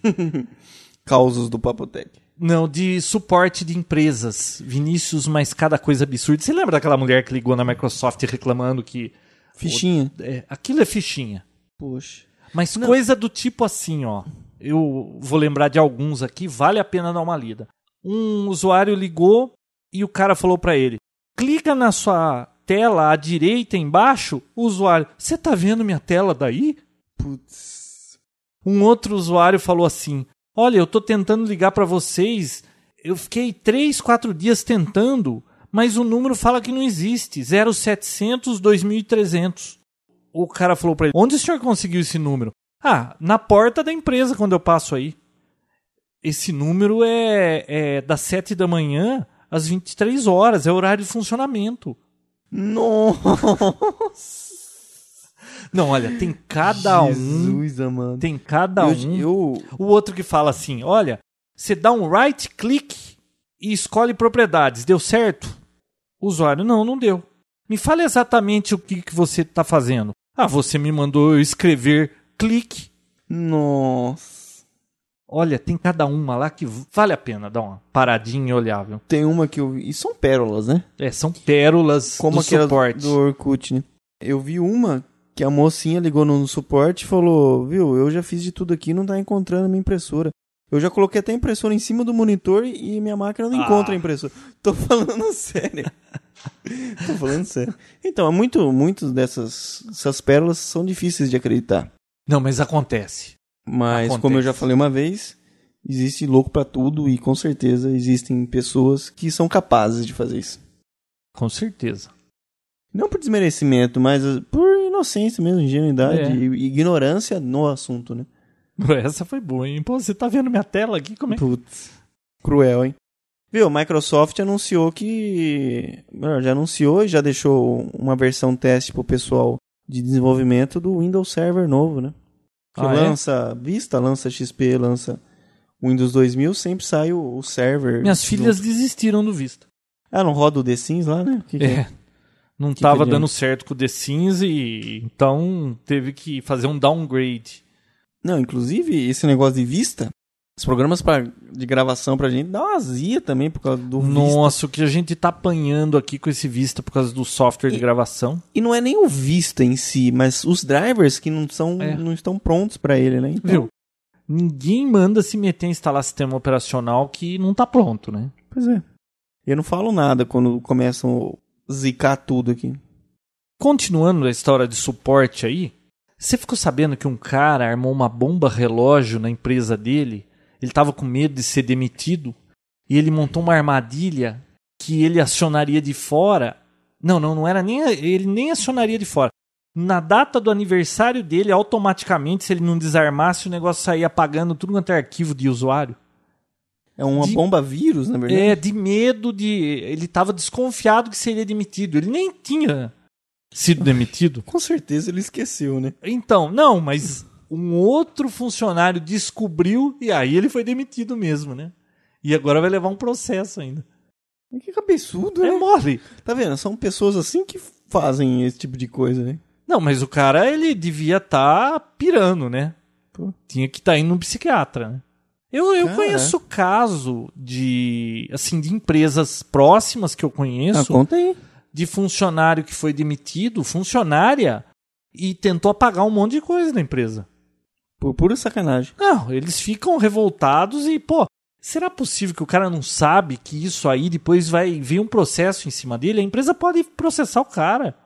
Speaker 1: Causos do Papotec.
Speaker 2: Não, de suporte de empresas. Vinícius, mas cada coisa absurda. Você lembra daquela mulher que ligou na Microsoft reclamando que
Speaker 1: Fichinha.
Speaker 2: é, aquilo é fichinha?
Speaker 1: Poxa.
Speaker 2: Mas coisa do tipo assim, ó. Eu vou lembrar de alguns aqui, vale a pena dar uma lida. Um usuário ligou e o cara falou pra ele: clica na sua tela à direita embaixo, o usuário, você tá vendo minha tela daí?
Speaker 1: Putz.
Speaker 2: Um outro usuário falou assim: Olha, eu tô tentando ligar pra vocês. Eu fiquei 3, 4 dias tentando, mas o número fala que não existe. 0700 2300. O cara falou pra ele: Onde o senhor conseguiu esse número? Ah, na porta da empresa quando eu passo aí. Esse número é, é das 7 da manhã às 23 horas, é horário de funcionamento.
Speaker 1: Nossa.
Speaker 2: Não, olha, tem cada um,
Speaker 1: Jesus, amado.
Speaker 2: tem cada um.
Speaker 1: Eu, eu-
Speaker 2: O outro que fala assim: olha, você dá um right click e escolhe propriedades. Deu certo? O usuário, não, não deu. Me fala exatamente o que, que você está fazendo. Ah, você me mandou eu escrever clique.
Speaker 1: Nossa.
Speaker 2: Olha, tem cada uma lá que vale a pena dar uma paradinha e olhar, viu?
Speaker 1: Tem uma que eu vi. E são pérolas, né?
Speaker 2: É, são pérolas
Speaker 1: Como
Speaker 2: do
Speaker 1: aquela
Speaker 2: suporte.
Speaker 1: do Orkut, né? Eu vi uma que a mocinha ligou no suporte e falou: Viu, eu já fiz de tudo aqui não tá encontrando a minha impressora. Eu já coloquei até a impressora em cima do monitor e e minha máquina não
Speaker 2: Ah.
Speaker 1: encontra a impressora. Tô falando sério. Tô falando sério. Então, é muito, muito dessas essas pérolas são difíceis de acreditar.
Speaker 2: Não, mas acontece.
Speaker 1: Mas,
Speaker 2: Acontece.
Speaker 1: como eu já falei uma vez, existe louco pra tudo e com certeza existem pessoas que são capazes de fazer isso.
Speaker 2: Com certeza.
Speaker 1: Não por desmerecimento, mas eh, por inocência mesmo, ingenuidade
Speaker 2: É.
Speaker 1: e ignorância no assunto, né?
Speaker 2: Essa foi boa, hein? Pô, você tá vendo minha tela aqui? Como é que.
Speaker 1: Putz. Cruel, hein? Viu, Microsoft anunciou que. melhor, Já anunciou e já deixou uma versão teste pro pessoal de desenvolvimento do Windows Server novo, né? Que
Speaker 2: Ah, é?
Speaker 1: lança Vista, lança XP, lança Windows 2000, sempre sai o, o server.
Speaker 2: Minhas
Speaker 1: junto.
Speaker 2: filhas desistiram do visto.
Speaker 1: Ah, não roda o The Sims lá, né? O que que é?
Speaker 2: É. Não
Speaker 1: que
Speaker 2: estava
Speaker 1: adianta?
Speaker 2: dando certo com o The Sims e então teve que fazer um downgrade.
Speaker 1: Não, inclusive, esse negócio de vista, os programas pra, de gravação pra gente dá uma azia também por causa do vista.
Speaker 2: Nossa, o que a gente tá apanhando aqui com esse Vista por causa do software de
Speaker 1: E-
Speaker 2: gravação.
Speaker 1: E não é nem o vista em si, mas os drivers que não, são,
Speaker 2: É.
Speaker 1: não estão prontos pra ele, né? Então,
Speaker 2: Viu? Ninguém manda se meter a instalar sistema operacional que não tá pronto, né?
Speaker 1: Pois é. Eu não falo nada quando começam a zicar tudo aqui.
Speaker 2: Continuando a história de suporte aí, você ficou sabendo que um cara armou uma bomba relógio na empresa dele? Ele estava com medo de ser demitido e ele montou uma armadilha que ele acionaria de fora. Não, não, não era nem ele nem acionaria de fora. Na data do aniversário dele, automaticamente, se ele não desarmasse, o negócio saía apagando tudo quanto é arquivo de usuário.
Speaker 1: É uma
Speaker 2: De-
Speaker 1: bomba vírus, na verdade.
Speaker 2: É, de medo de. Ele estava desconfiado que seria demitido. Ele nem tinha sido demitido.
Speaker 1: Com certeza ele esqueceu, né?
Speaker 2: Então, não, mas um outro funcionário descobriu e aí ele foi demitido mesmo, né? E agora vai levar um processo ainda.
Speaker 1: Mas Que cabeçudo,
Speaker 2: É
Speaker 1: né?
Speaker 2: mole.
Speaker 1: Tá vendo? São pessoas assim que fazem esse tipo de coisa, né?
Speaker 2: Não, mas o cara, ele devia estar pirando, né?
Speaker 1: Pô.
Speaker 2: Tinha que estar indo um psiquiatra, né? Eu, eu
Speaker 1: Cara.
Speaker 2: conheço caso de, assim, de empresas próximas que eu
Speaker 1: Ah,
Speaker 2: conheço,
Speaker 1: conta aí.
Speaker 2: de funcionário que foi demitido, funcionária, e tentou apagar um monte de coisa da empresa.
Speaker 1: Por pura sacanagem.
Speaker 2: Não, eles ficam revoltados e, pô, será possível que o cara não sabe que isso aí depois vai vir um processo em cima dele? A empresa pode processar o cara.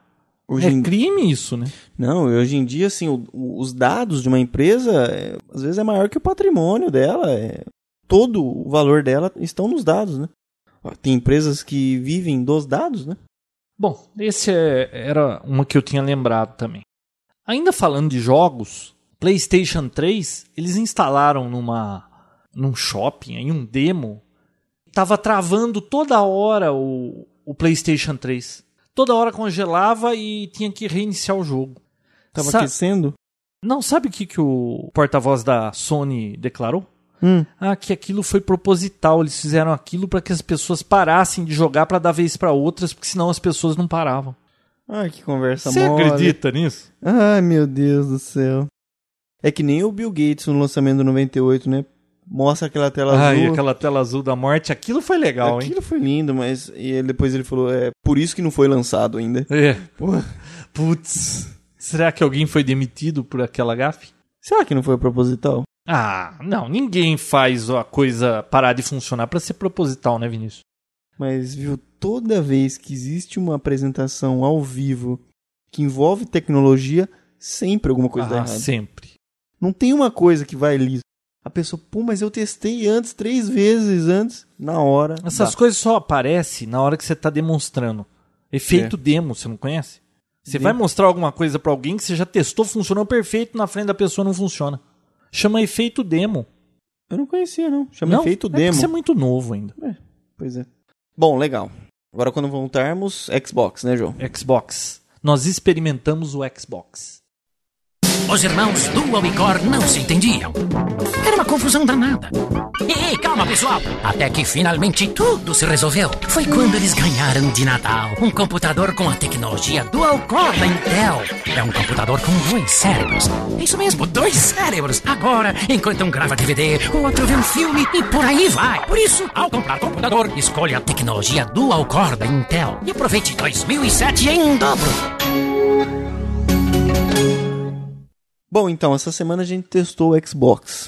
Speaker 1: Hoje
Speaker 2: É
Speaker 1: em...
Speaker 2: crime isso, né?
Speaker 1: Não, e hoje em dia, assim, o- o- os dados de uma empresa, é, às vezes, é maior que o patrimônio dela. é, todo o valor dela estão nos dados, né? Ó, Tem empresas que vivem dos dados, né?
Speaker 2: Bom, esse é- era uma que eu tinha lembrado também. Ainda falando de jogos, PlayStation 3, eles instalaram numa num shopping, em um demo, tava travando toda hora o, o PlayStation 3. Toda hora congelava e tinha que reiniciar o jogo.
Speaker 1: Tava
Speaker 2: Sa-
Speaker 1: aquecendo.
Speaker 2: Não sabe o que, que o porta-voz da Sony declarou?
Speaker 1: Hum.
Speaker 2: Ah, que aquilo foi proposital, eles fizeram aquilo para que as pessoas parassem de jogar para dar vez para outras, porque senão as pessoas não paravam.
Speaker 1: Ai, que conversa
Speaker 2: Você
Speaker 1: Tá mole.
Speaker 2: acredita nisso?
Speaker 1: Ai, meu Deus do céu. É que nem o Bill Gates no lançamento do 98, né? Mostra aquela tela
Speaker 2: Ai,
Speaker 1: azul.
Speaker 2: aquela tela azul da morte, aquilo foi legal, hein?
Speaker 1: Aquilo foi lindo, mas e ele- depois ele falou, é por isso que não foi lançado ainda.
Speaker 2: É.
Speaker 1: Pô,
Speaker 2: Putz. Será que alguém foi demitido por aquela gafe?
Speaker 1: será que não foi proposital?
Speaker 2: Ah, não, ninguém faz a coisa parar de funcionar para ser proposital, né, Vinícius?
Speaker 1: Mas viu, toda vez que existe uma apresentação ao vivo que envolve tecnologia, sempre alguma coisa dá
Speaker 2: ah,
Speaker 1: errado.
Speaker 2: sempre.
Speaker 1: Não tem uma coisa que vai liso. A pessoa, pô, mas eu testei antes, três vezes antes, na hora.
Speaker 2: Essas
Speaker 1: dá.
Speaker 2: coisas só aparecem na hora que você tá demonstrando.
Speaker 1: É.
Speaker 2: Efeito demo, você não conhece? Você
Speaker 1: Demo.
Speaker 2: vai mostrar alguma coisa pra alguém que você já testou, funcionou perfeito, na frente da pessoa não funciona. Chama efeito demo.
Speaker 1: Eu não conhecia, não. Chama
Speaker 2: não,
Speaker 1: efeito
Speaker 2: é porque
Speaker 1: demo.
Speaker 2: Você é muito novo ainda.
Speaker 1: Pois é. Bom, legal. Agora quando voltarmos, Xbox, né, João?
Speaker 2: Xbox. Nós experimentamos o Xbox.
Speaker 3: Os irmãos Dual e Cor não se entendiam. Era uma confusão danada. Ei, calma, pessoal! Até que finalmente tudo se resolveu. Foi quando eles ganharam de Natal um computador com a tecnologia Dual Core da Intel. É um computador com dois cérebros. Isso mesmo, dois cérebros. Agora, enquanto um grava DVD, o outro vê um filme e por aí vai. Por isso, ao comprar computador, escolha a tecnologia Dual Core da Intel e aproveite 2007 em dobro.
Speaker 1: Bom, então, essa semana a gente testou o Xbox.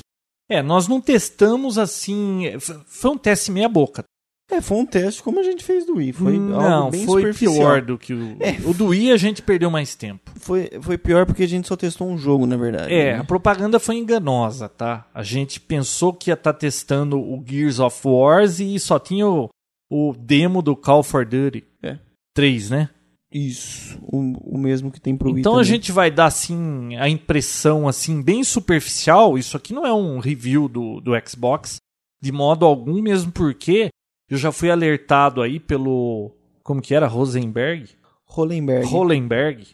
Speaker 2: É, nós não testamos assim. é, f- Foi um teste meia boca. Hum,
Speaker 1: É, foi um teste como a gente fez do Wii. Hum, Foi
Speaker 2: não,
Speaker 1: algo bem
Speaker 2: foi
Speaker 1: superficial.
Speaker 2: pior do que o.
Speaker 1: É.
Speaker 2: O do I a gente perdeu mais tempo.
Speaker 1: Foi, foi pior porque a gente só testou um jogo, na verdade.
Speaker 2: É, a
Speaker 1: né?
Speaker 2: propaganda foi enganosa, tá? A gente pensou que ia estar testando o Gears of Wars e só tinha o, o demo do Call for Duty
Speaker 1: É.
Speaker 2: 3, né?
Speaker 1: Isso. O, o mesmo que tem pro Wii.
Speaker 2: Então a
Speaker 1: também.
Speaker 2: gente vai dar assim a impressão assim bem superficial, isso aqui não é um review do, do Xbox de modo algum, mesmo porque eu já fui alertado aí pelo como que era Rosenberg,
Speaker 1: Hollenberg.
Speaker 2: Hollenberg,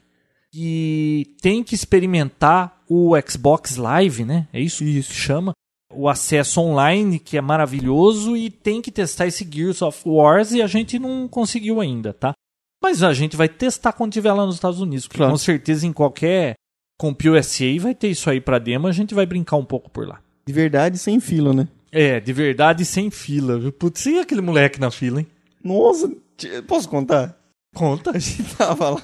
Speaker 2: que tem que experimentar o Xbox Live, né? É isso, que chama. O acesso online, que é maravilhoso, e tem que testar esse Gears of Wars e a gente não conseguiu ainda, tá? Mas a gente vai testar quando tiver lá nos Estados Unidos, porque
Speaker 1: Claro.
Speaker 2: com certeza em qualquer Compil SA vai ter isso aí pra demo, a gente vai brincar um pouco por lá.
Speaker 1: De verdade, sem fila, né?
Speaker 2: É, de verdade, sem fila, viu? Putz, e aquele moleque na fila, hein? Tá
Speaker 1: Nossa, t- posso contar?
Speaker 2: Conta.
Speaker 1: A gente tava lá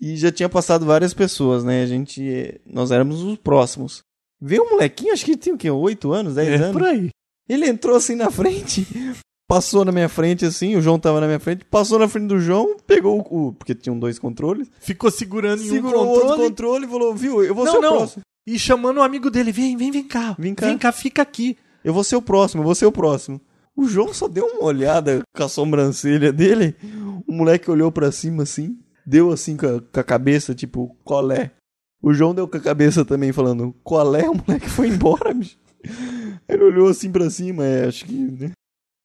Speaker 1: e já tinha passado várias pessoas, né? A gente. eh, Nós éramos os próximos. Veio um molequinho, acho que ele tinha o quê? 8 anos, 10
Speaker 2: É,
Speaker 1: anos?
Speaker 2: por aí.
Speaker 1: Ele entrou assim na frente, passou na minha frente assim, o João tava na minha frente, passou na frente do João, pegou o, o- porque tinham dois controles,
Speaker 2: Ficou segurando em um
Speaker 1: segurou o outro
Speaker 2: controle
Speaker 1: controle e falou, viu, eu vou
Speaker 2: Não,
Speaker 1: ser o
Speaker 2: não.
Speaker 1: próximo.
Speaker 2: E chamando o amigo dele, vem, vem, vem cá. Tá
Speaker 1: Vem cá.
Speaker 2: fica aqui.
Speaker 1: Eu vou ser o próximo, eu vou ser o próximo. O João só deu uma olhada com a sobrancelha dele, o moleque olhou pra cima assim, deu assim com a, com a cabeça, tipo, qual é? O João deu com a cabeça também, falando, qual é? O moleque foi embora, bicho. Ele olhou assim pra cima, é, acho que, né?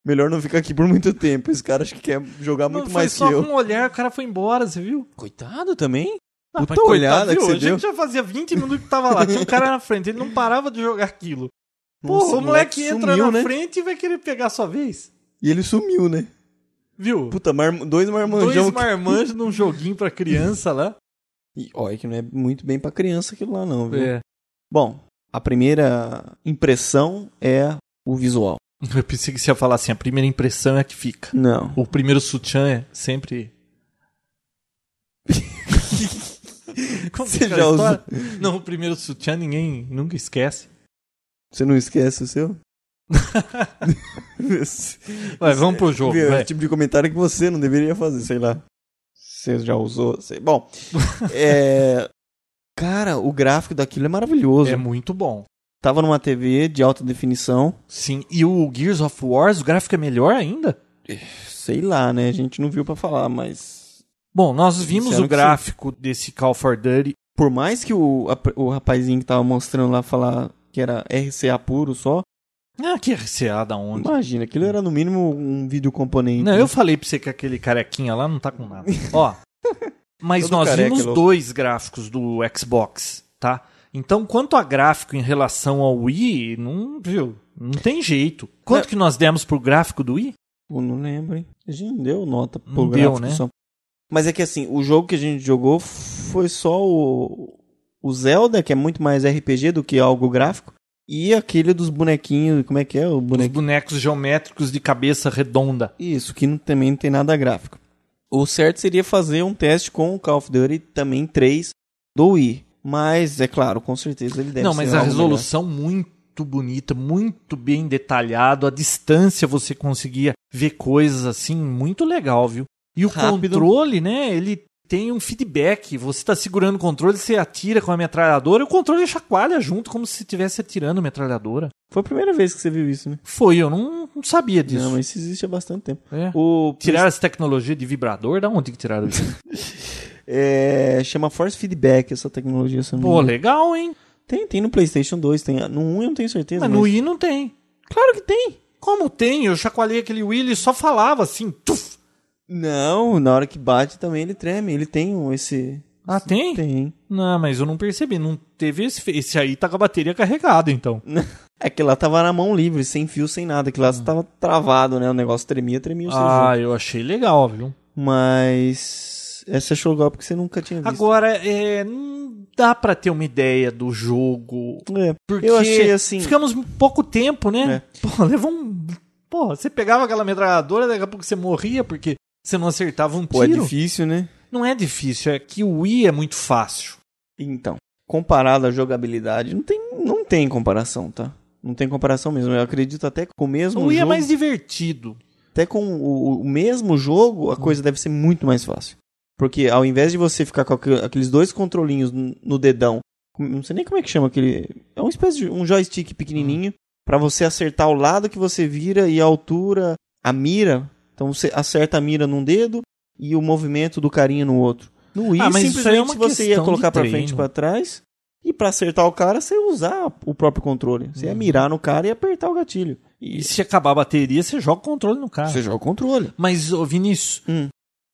Speaker 1: Melhor não ficar aqui por muito tempo. Esse cara acho que quer jogar muito
Speaker 2: Mano, foi
Speaker 1: mais que
Speaker 2: só
Speaker 1: eu.
Speaker 2: com um olhar, o cara foi embora, você viu?
Speaker 1: Coitado também?
Speaker 2: Ah,
Speaker 1: Puta
Speaker 2: mas coitado,
Speaker 1: olhada que
Speaker 2: viu?
Speaker 1: você
Speaker 2: A
Speaker 1: deu.
Speaker 2: gente já fazia 20 minutos que tava lá. Tinha um cara na frente, ele não parava de jogar aquilo.
Speaker 1: Nossa,
Speaker 2: Porra, o moleque, entra
Speaker 1: sumiu,
Speaker 2: na
Speaker 1: né?
Speaker 2: frente e vai querer pegar a sua vez.
Speaker 1: E ele sumiu, né?
Speaker 2: Viu?
Speaker 1: Puta, mar- dois marmanjão.
Speaker 2: Dois
Speaker 1: que-
Speaker 2: marmanjos num joguinho pra criança lá.
Speaker 1: E olha que não é muito bem pra criança aquilo lá, não, viu?
Speaker 2: É.
Speaker 1: Bom, a primeira impressão é o visual.
Speaker 2: Eu pensei que você ia falar assim, a primeira impressão é a que fica.
Speaker 1: Não.
Speaker 2: O primeiro sutiã é sempre... Como
Speaker 1: Você
Speaker 2: que era a
Speaker 1: já
Speaker 2: história? Não, o primeiro sutiã ninguém nunca esquece.
Speaker 1: Você não esquece o seu?
Speaker 2: Vai, vamos pro jogo,
Speaker 1: Viu, é o
Speaker 2: vai.
Speaker 1: é
Speaker 2: né? é tipo,
Speaker 1: tipo de comentário que você não deveria fazer, sei lá. Você já usou? Sei. Bom, é... Cara, o gráfico daquilo é maravilhoso.
Speaker 2: É muito bom.
Speaker 1: Tava numa TV de alta definição.
Speaker 2: Sim, e o Gears of Wars, o gráfico é melhor ainda?
Speaker 1: Sei lá, né? A gente não viu pra falar, mas...
Speaker 2: Bom, nós vimos
Speaker 1: Disseram
Speaker 2: o
Speaker 1: que sim.
Speaker 2: gráfico desse Call for Duty.
Speaker 1: Por mais que o, a- o rapazinho que tava mostrando lá falar que era RCA puro só,
Speaker 2: Ah, que RCA da onde?
Speaker 1: imagina, aquilo era no mínimo um vídeo componente.
Speaker 2: Não, eu falei pra você que aquele carequinha lá não tá com nada. Ó, mas
Speaker 1: Todo
Speaker 2: nós
Speaker 1: careca é
Speaker 2: vimos
Speaker 1: louco.
Speaker 2: dois gráficos do Xbox, tá? Então, quanto a gráfico em relação ao Wii, não, viu? Não tem jeito. Quanto
Speaker 1: É.
Speaker 2: que nós demos pro gráfico do Wii?
Speaker 1: Pô, não lembro, hein? A gente não deu nota pro
Speaker 2: Não deu,
Speaker 1: gráfico
Speaker 2: né?
Speaker 1: só. Mas é que assim, o jogo que a gente jogou foi só o, o Zelda, que é muito mais RPG do que algo gráfico, e aquele dos bonequinhos, como é que é o
Speaker 2: Os
Speaker 1: bonequinho?
Speaker 2: bonecos geométricos de cabeça redonda.
Speaker 1: Isso, que não- também não tem nada gráfico. O certo seria fazer um teste com o Call of Duty também 3 do Wii. Mas, é claro, com certeza ele deve
Speaker 2: não,
Speaker 1: ser
Speaker 2: mas a
Speaker 1: algo
Speaker 2: resolução muito bonita, muito bem detalhado, a distância você conseguia ver coisas assim, muito legal, viu? E o
Speaker 1: Rápido.
Speaker 2: controle, né, ele tem um feedback, você tá segurando o controle, você atira com a metralhadora, e o controle chacoalha junto como se estivesse atirando a metralhadora.
Speaker 1: melhor. Foi a primeira vez que você viu isso, né?
Speaker 2: Foi, eu não, não sabia disso.
Speaker 1: Não, mas isso existe há bastante tempo.
Speaker 2: É.
Speaker 1: O
Speaker 2: Tiraram essa tecnologia de vibrador, da onde que tiraram isso?
Speaker 1: É, chama Force Feedback essa tecnologia. se eu não me
Speaker 2: Pô,
Speaker 1: engano.
Speaker 2: legal, hein?
Speaker 1: Tem, tem no PlayStation 2, tem. No 1 eu não tenho certeza.
Speaker 2: Mas
Speaker 1: Mas
Speaker 2: no Wii não tem.
Speaker 1: Claro que tem!
Speaker 2: Como tem? Eu chacoalhei aquele Wii, ele só falava assim, tuf.
Speaker 1: Não, na hora que bate também ele treme. Ele tem um, esse.
Speaker 2: Ah, tem?
Speaker 1: Tem.
Speaker 2: Não, mas eu não percebi. Não teve esse. fe- Esse aí tá com a bateria carregada, então.
Speaker 1: É que lá tava na mão livre, sem fio, sem nada. Que lá tava travado, né? O negócio tremia, tremia o seu jogo.
Speaker 2: Ah, eu achei legal, viu?
Speaker 1: Mas. Essa é show legal porque você nunca tinha visto.
Speaker 2: Agora, é, não dá pra ter uma ideia do jogo.
Speaker 1: É,
Speaker 2: Porque
Speaker 1: eu achei assim. É.
Speaker 2: Ficamos pouco tempo, né? Pô, levou um. Pô, você pegava aquela metralhadora, daqui a pouco você morria porque você não acertava um
Speaker 1: Pô, é
Speaker 2: tiro.
Speaker 1: difícil, né?
Speaker 2: Não é difícil, é que o Wii é muito fácil.
Speaker 1: Então, comparado à jogabilidade, não tem, não tem comparação, tá? Não tem comparação mesmo. Eu acredito até que com o mesmo
Speaker 2: o Wii é
Speaker 1: um jogo,
Speaker 2: mais divertido.
Speaker 1: até com o, o mesmo jogo,
Speaker 2: Uhum.
Speaker 1: a coisa deve ser muito mais fácil. Porque ao invés de você ficar com aqu- aqueles dois controlinhos n- no dedão, com- não sei nem como é que chama aquele, é uma espécie de um joystick
Speaker 2: Uhum.
Speaker 1: pequenininho pra você acertar o lado que você vira e a altura, a mira. Então você acerta a mira num dedo e o movimento do carinha no outro. No Wii,
Speaker 2: Ah, mas isso aí
Speaker 1: simplesmente
Speaker 2: é uma
Speaker 1: você ia
Speaker 2: questão
Speaker 1: colocar
Speaker 2: de
Speaker 1: pra
Speaker 2: treino.
Speaker 1: frente e pra trás e pra acertar o cara você ia usar o próprio controle. Você ia mirar no cara e apertar o gatilho. E
Speaker 2: Uhum. E se acabar a bateria, você joga o controle no carro.
Speaker 1: você joga o controle.
Speaker 2: Mas, ô Vinícius,
Speaker 1: Hum.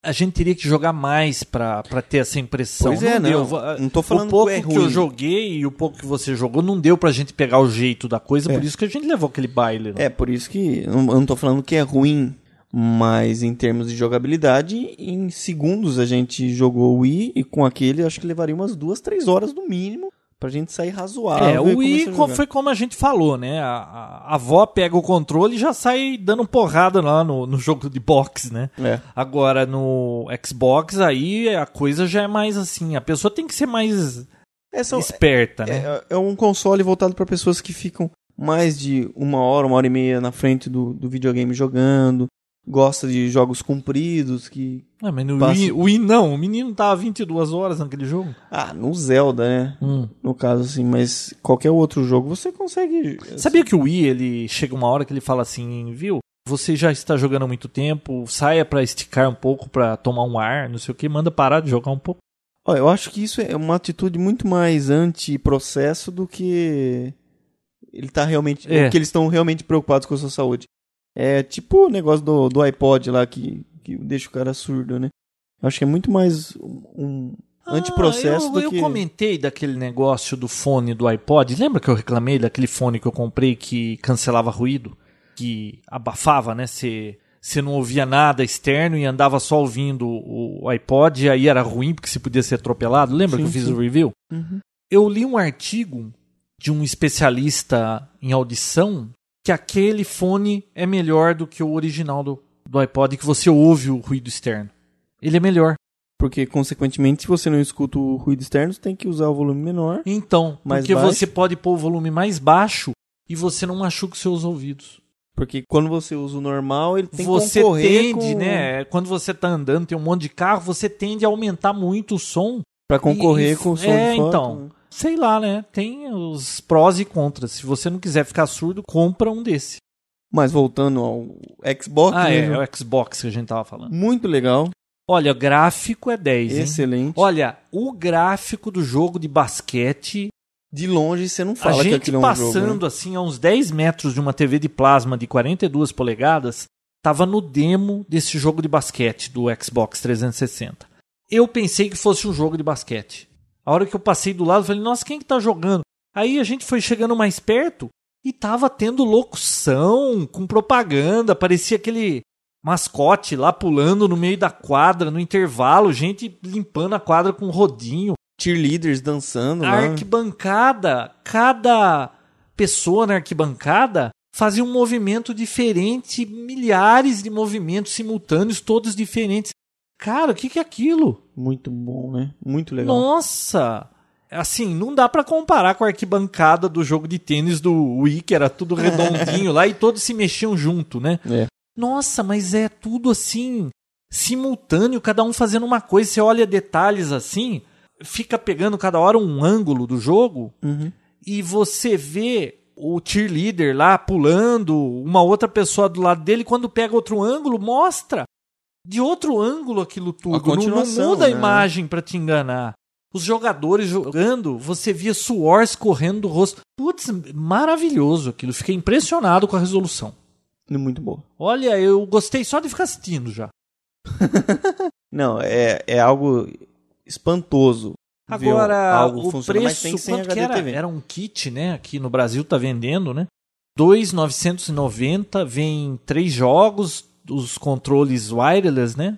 Speaker 2: a gente teria que jogar mais pra, pra ter essa impressão.
Speaker 1: Pois é, não.
Speaker 2: deu. Va-
Speaker 1: Não tô falando
Speaker 2: o pouco
Speaker 1: que é ruim.
Speaker 2: eu joguei e o pouco que você jogou não deu pra gente pegar o jeito da coisa,
Speaker 1: É.
Speaker 2: por isso que a gente levou aquele baile. né?
Speaker 1: É, por isso que eu não tô falando que é ruim, mas em termos de jogabilidade, em segundos a gente jogou o Wii e com aquele acho que levaria umas duas, três horas no mínimo pra gente sair razoável.
Speaker 2: É,
Speaker 1: e
Speaker 2: o
Speaker 1: começar
Speaker 2: Wii
Speaker 1: a
Speaker 2: co-
Speaker 1: jogar.
Speaker 2: foi como a gente falou, né? A, a- a avó pega o controle e já sai dando porrada lá no, no jogo de boxe, né?
Speaker 1: É.
Speaker 2: Agora no Xbox, aí a coisa já é mais assim. A pessoa tem que ser mais
Speaker 1: É, são-
Speaker 2: esperta, né?
Speaker 1: é- é um console voltado pra pessoas que ficam mais de uma hora, uma hora e meia na frente do, do videogame jogando, gosta de jogos compridos, que...
Speaker 2: Ah, mas no
Speaker 1: Passa-
Speaker 2: Wii, Wii não, o menino tá tava 22 horas naquele jogo.
Speaker 1: Ah, no Zelda, né? No caso, assim, mas qualquer outro jogo você consegue...
Speaker 2: Sabia que o Wii, ele chega uma hora que ele fala assim, viu? Você já está jogando há muito tempo, saia pra esticar um pouco, pra tomar um ar, não sei o que, manda parar de jogar um pouco.
Speaker 1: Ó, eu acho que isso é uma atitude muito mais anti-processo do que ele tá realmente.
Speaker 2: É.
Speaker 1: o que eles estão realmente preocupados com a sua saúde. É tipo o negócio do, do iPod lá que, que deixa o cara surdo, né? Eu acho que é muito mais um. um- Antiprocesso
Speaker 2: Ah, eu,
Speaker 1: do
Speaker 2: eu
Speaker 1: que-
Speaker 2: comentei daquele negócio do fone do iPod. Lembra que eu reclamei daquele fone que eu comprei que cancelava ruído? Que abafava, né? Você você não ouvia nada externo e andava só ouvindo o iPod. E aí era ruim porque você podia ser atropelado. Lembra
Speaker 1: Sim,
Speaker 2: que eu fiz
Speaker 1: sim.
Speaker 2: o review?
Speaker 1: Uhum.
Speaker 2: Eu li um artigo de um especialista em audição que aquele fone é melhor do que o original do, do iPod, que você ouve o ruído externo. Ele é melhor.
Speaker 1: Porque, consequentemente, se você não escuta o ruído externo, você tem que usar o volume menor.
Speaker 2: Então,
Speaker 1: Mais
Speaker 2: porque
Speaker 1: baixo?
Speaker 2: você pode pôr o volume mais baixo e você não machuca os seus ouvidos.
Speaker 1: Porque quando você usa o normal, ele tem
Speaker 2: você
Speaker 1: que concorrer
Speaker 2: tende,
Speaker 1: com...
Speaker 2: né? Quando você tá andando, tem um monte de carro, você tende a aumentar muito o som.
Speaker 1: Pra concorrer
Speaker 2: E- e-
Speaker 1: com o som
Speaker 2: É,
Speaker 1: de fora.
Speaker 2: então. Sei lá, né? Tem os prós e contras. Se você não quiser ficar surdo, compra um desse.
Speaker 1: Mas voltando ao Xbox,
Speaker 2: ah, é,
Speaker 1: né,
Speaker 2: é o Xbox que a gente tava falando.
Speaker 1: muito legal,
Speaker 2: Olha, gráfico é 10, hein?
Speaker 1: excelente.
Speaker 2: Olha, o gráfico do jogo de basquete
Speaker 1: De longe você não fala
Speaker 2: a
Speaker 1: que
Speaker 2: gente
Speaker 1: aquilo é um
Speaker 2: passando
Speaker 1: jogo. né?
Speaker 2: assim a uns 10 metros de uma TV de plasma de 42 polegadas, tava no demo desse jogo de basquete do Xbox 360. Eu pensei que fosse um jogo de basquete. A hora que eu passei do lado, eu falei: "Nossa, quem que tá jogando?". Aí a gente foi chegando mais perto e tava tendo locução com propaganda, parecia aquele mascote lá pulando no meio da quadra, no intervalo, gente limpando a quadra com rodinho
Speaker 1: Cheerleaders dançando né?
Speaker 2: a
Speaker 1: lá.
Speaker 2: arquibancada, cada pessoa na arquibancada fazia um movimento diferente, milhares de movimentos simultâneos, todos diferentes. Cara, o que, que é aquilo?
Speaker 1: Muito bom, né? Muito legal.
Speaker 2: Nossa! Assim, não dá pra comparar com a arquibancada do jogo de tênis do Wii, que era tudo redondinho lá e todos se mexiam junto, né?
Speaker 1: É.
Speaker 2: Nossa, mas é tudo assim, simultâneo, cada um fazendo uma coisa. Você olha detalhes assim, fica pegando cada hora um ângulo do jogo
Speaker 1: Uhum.
Speaker 2: e você vê o cheerleader lá pulando, uma outra pessoa do lado dele, quando pega outro ângulo, mostra de outro ângulo aquilo tudo. Não- Não,
Speaker 1: continuação,
Speaker 2: muda a
Speaker 1: né?
Speaker 2: imagem pra te enganar. Os jogadores jogando, você via suor escorrendo do rosto. Putz, maravilhoso aquilo. Fiquei impressionado com a resolução.
Speaker 1: Muito bom.
Speaker 2: Olha, eu gostei só de ficar assistindo já.
Speaker 1: Não, é, é algo espantoso. ver
Speaker 2: Agora,
Speaker 1: algo
Speaker 2: o
Speaker 1: funcionando, mas
Speaker 2: preço,
Speaker 1: tem sem
Speaker 2: quanto que
Speaker 1: HD
Speaker 2: era?
Speaker 1: TV.
Speaker 2: Era um kit, né? Aqui no Brasil tá vendendo, né? 2,990, vem três jogos, os controles wireless, né?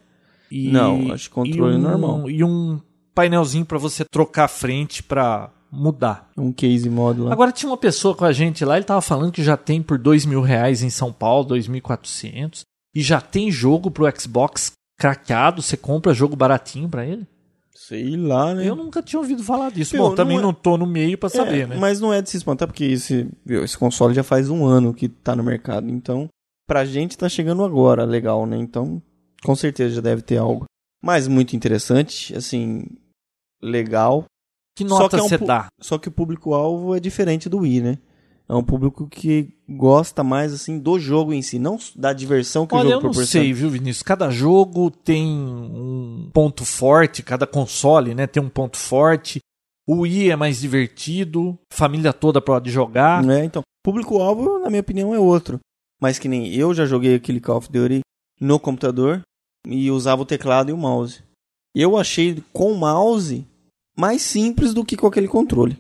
Speaker 2: E-
Speaker 1: Não, acho que controle
Speaker 2: e um-
Speaker 1: normal.
Speaker 2: E um painelzinho pra você trocar a frente pra mudar.
Speaker 1: Um case módulo. lá.
Speaker 2: Agora tinha uma pessoa com a gente lá, ele tava falando que já tem por dois mil reais em São Paulo, 2.400, e já tem jogo pro Xbox craqueado, você compra jogo baratinho pra ele?
Speaker 1: Sei lá, né?
Speaker 2: Eu nunca tinha ouvido falar disso.
Speaker 1: Eu
Speaker 2: Bom,
Speaker 1: não
Speaker 2: também
Speaker 1: é-
Speaker 2: não tô no meio pra saber,
Speaker 1: É,
Speaker 2: né?
Speaker 1: Mas não é de se espantar, porque esse, viu, esse console já faz um ano que tá no mercado. Então, pra gente tá chegando agora, legal, né? Então, com certeza já deve ter algo. Mas muito interessante, assim, legal.
Speaker 2: Que
Speaker 1: só
Speaker 2: nota
Speaker 1: que é um
Speaker 2: você
Speaker 1: pu-
Speaker 2: dá?
Speaker 1: Só que o público-alvo é diferente do Wii, né? É um público que gosta mais, assim, do jogo em si, não da diversão que o
Speaker 2: Olha, eu
Speaker 1: um jogo
Speaker 2: não
Speaker 1: proporciona.
Speaker 2: sei, viu, Vinícius? Cada jogo tem um ponto forte, cada console, né, tem um ponto forte. O Wii é mais divertido, família toda pode jogar.
Speaker 1: né? Então, público-alvo, na minha opinião, é outro. Mas que nem eu já joguei aquele Call of Duty no computador e usava o teclado e o mouse. Eu achei com o mouse mais simples do que com aquele controle.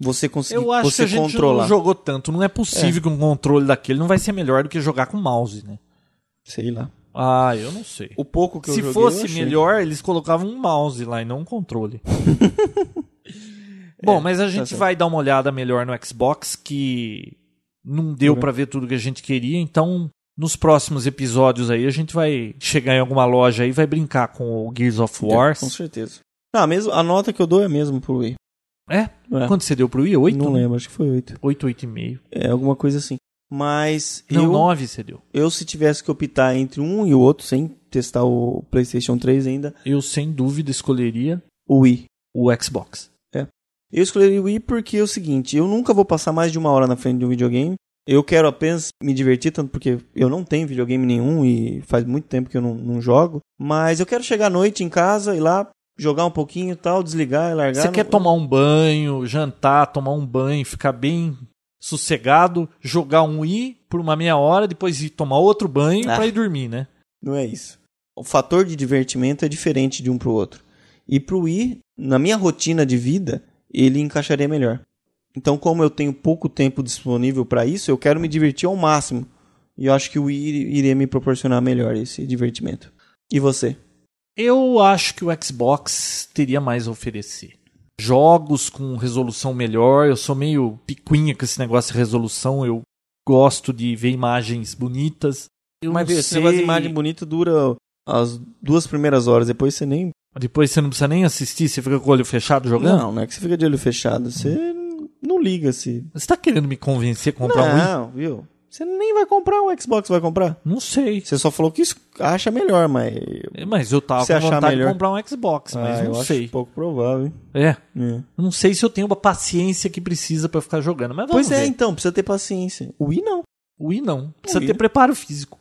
Speaker 1: Você conseguir
Speaker 2: Eu acho que
Speaker 1: você
Speaker 2: a gente
Speaker 1: controlar.
Speaker 2: não jogou tanto. Não é possível que um controle daquele não vai ser melhor do que jogar com mouse, né?
Speaker 1: Sei lá.
Speaker 2: Ah, eu não sei.
Speaker 1: O pouco que eu
Speaker 2: Se
Speaker 1: joguei, eu
Speaker 2: fosse
Speaker 1: achei.
Speaker 2: melhor, eles colocavam um mouse lá e não um controle. Bom, mas a gente
Speaker 1: É, tá certo.
Speaker 2: vai dar uma olhada melhor no Xbox, que não deu
Speaker 1: Uhum.
Speaker 2: pra ver tudo que a gente queria, então nos próximos episódios aí a gente vai chegar em alguma loja aí e vai brincar com o Gears of War.
Speaker 1: Com certeza. Ah, mesmo, a nota que eu dou é a mesma pro Wii.
Speaker 2: É?
Speaker 1: É.
Speaker 2: Quanto você deu pro Wii? 8?
Speaker 1: Não lembro, acho que foi 8.
Speaker 2: 8, 8,5.
Speaker 1: É, alguma coisa assim. Mas
Speaker 2: Não,
Speaker 1: eu,
Speaker 2: 9 você deu.
Speaker 1: eu, se tivesse que optar entre um e o outro, sem testar o PlayStation 3 ainda,
Speaker 2: Eu sem dúvida escolheria
Speaker 1: o Wii.
Speaker 2: o Xbox.
Speaker 1: Eu escolhi o Wii porque é o seguinte, eu nunca vou passar mais de uma hora na frente de um videogame. Eu quero apenas me divertir, tanto porque eu não tenho videogame nenhum e faz muito tempo que eu não, não jogo. Mas eu quero chegar à noite em casa, ir lá, jogar um pouquinho e tal, desligar e largar.
Speaker 2: Você
Speaker 1: Não-
Speaker 2: quer tomar um banho, jantar, tomar um banho, ficar bem sossegado, jogar um Wii por uma meia hora, depois ir tomar outro banho
Speaker 1: Ah.
Speaker 2: pra ir dormir, né?
Speaker 1: Não é isso. O fator de divertimento é diferente de um pro outro. E pro Wii, na minha rotina de vida, ele encaixaria melhor. Então, como eu tenho pouco tempo disponível para isso, eu quero me divertir ao máximo. E eu acho que o Wii iria me proporcionar melhor esse divertimento. E você?
Speaker 2: Eu acho que o Xbox teria mais a oferecer. Jogos com resolução melhor, eu sou meio picuinha com esse negócio de resolução, eu gosto de ver imagens bonitas. Eu
Speaker 1: Mas
Speaker 2: não
Speaker 1: vê, esse
Speaker 2: sei-
Speaker 1: negócio de imagem bonita dura as duas primeiras horas, depois você nem.
Speaker 2: Depois você não precisa nem assistir, você fica com o olho fechado jogando.
Speaker 1: Não, não é que você fica de olho fechado. Você não liga se.
Speaker 2: Você tá querendo me convencer a comprar um Wii?
Speaker 1: Não, viu? Você nem vai comprar o Xbox, vai comprar?
Speaker 2: Não sei.
Speaker 1: Você só falou que isso acha melhor, mas.
Speaker 2: Mas eu tava
Speaker 1: Se
Speaker 2: com
Speaker 1: achar
Speaker 2: vontade
Speaker 1: melhor.
Speaker 2: de comprar um Xbox, mas
Speaker 1: Ah, eu
Speaker 2: não
Speaker 1: acho
Speaker 2: sei.
Speaker 1: pouco provável, hein?
Speaker 2: É.
Speaker 1: É.
Speaker 2: Não sei se eu tenho a paciência que precisa pra ficar jogando, mas vamos
Speaker 1: Pois é,
Speaker 2: ver.
Speaker 1: então, precisa ter paciência. O Wii não.
Speaker 2: O Wii não. Precisa
Speaker 1: Wii.
Speaker 2: ter preparo físico.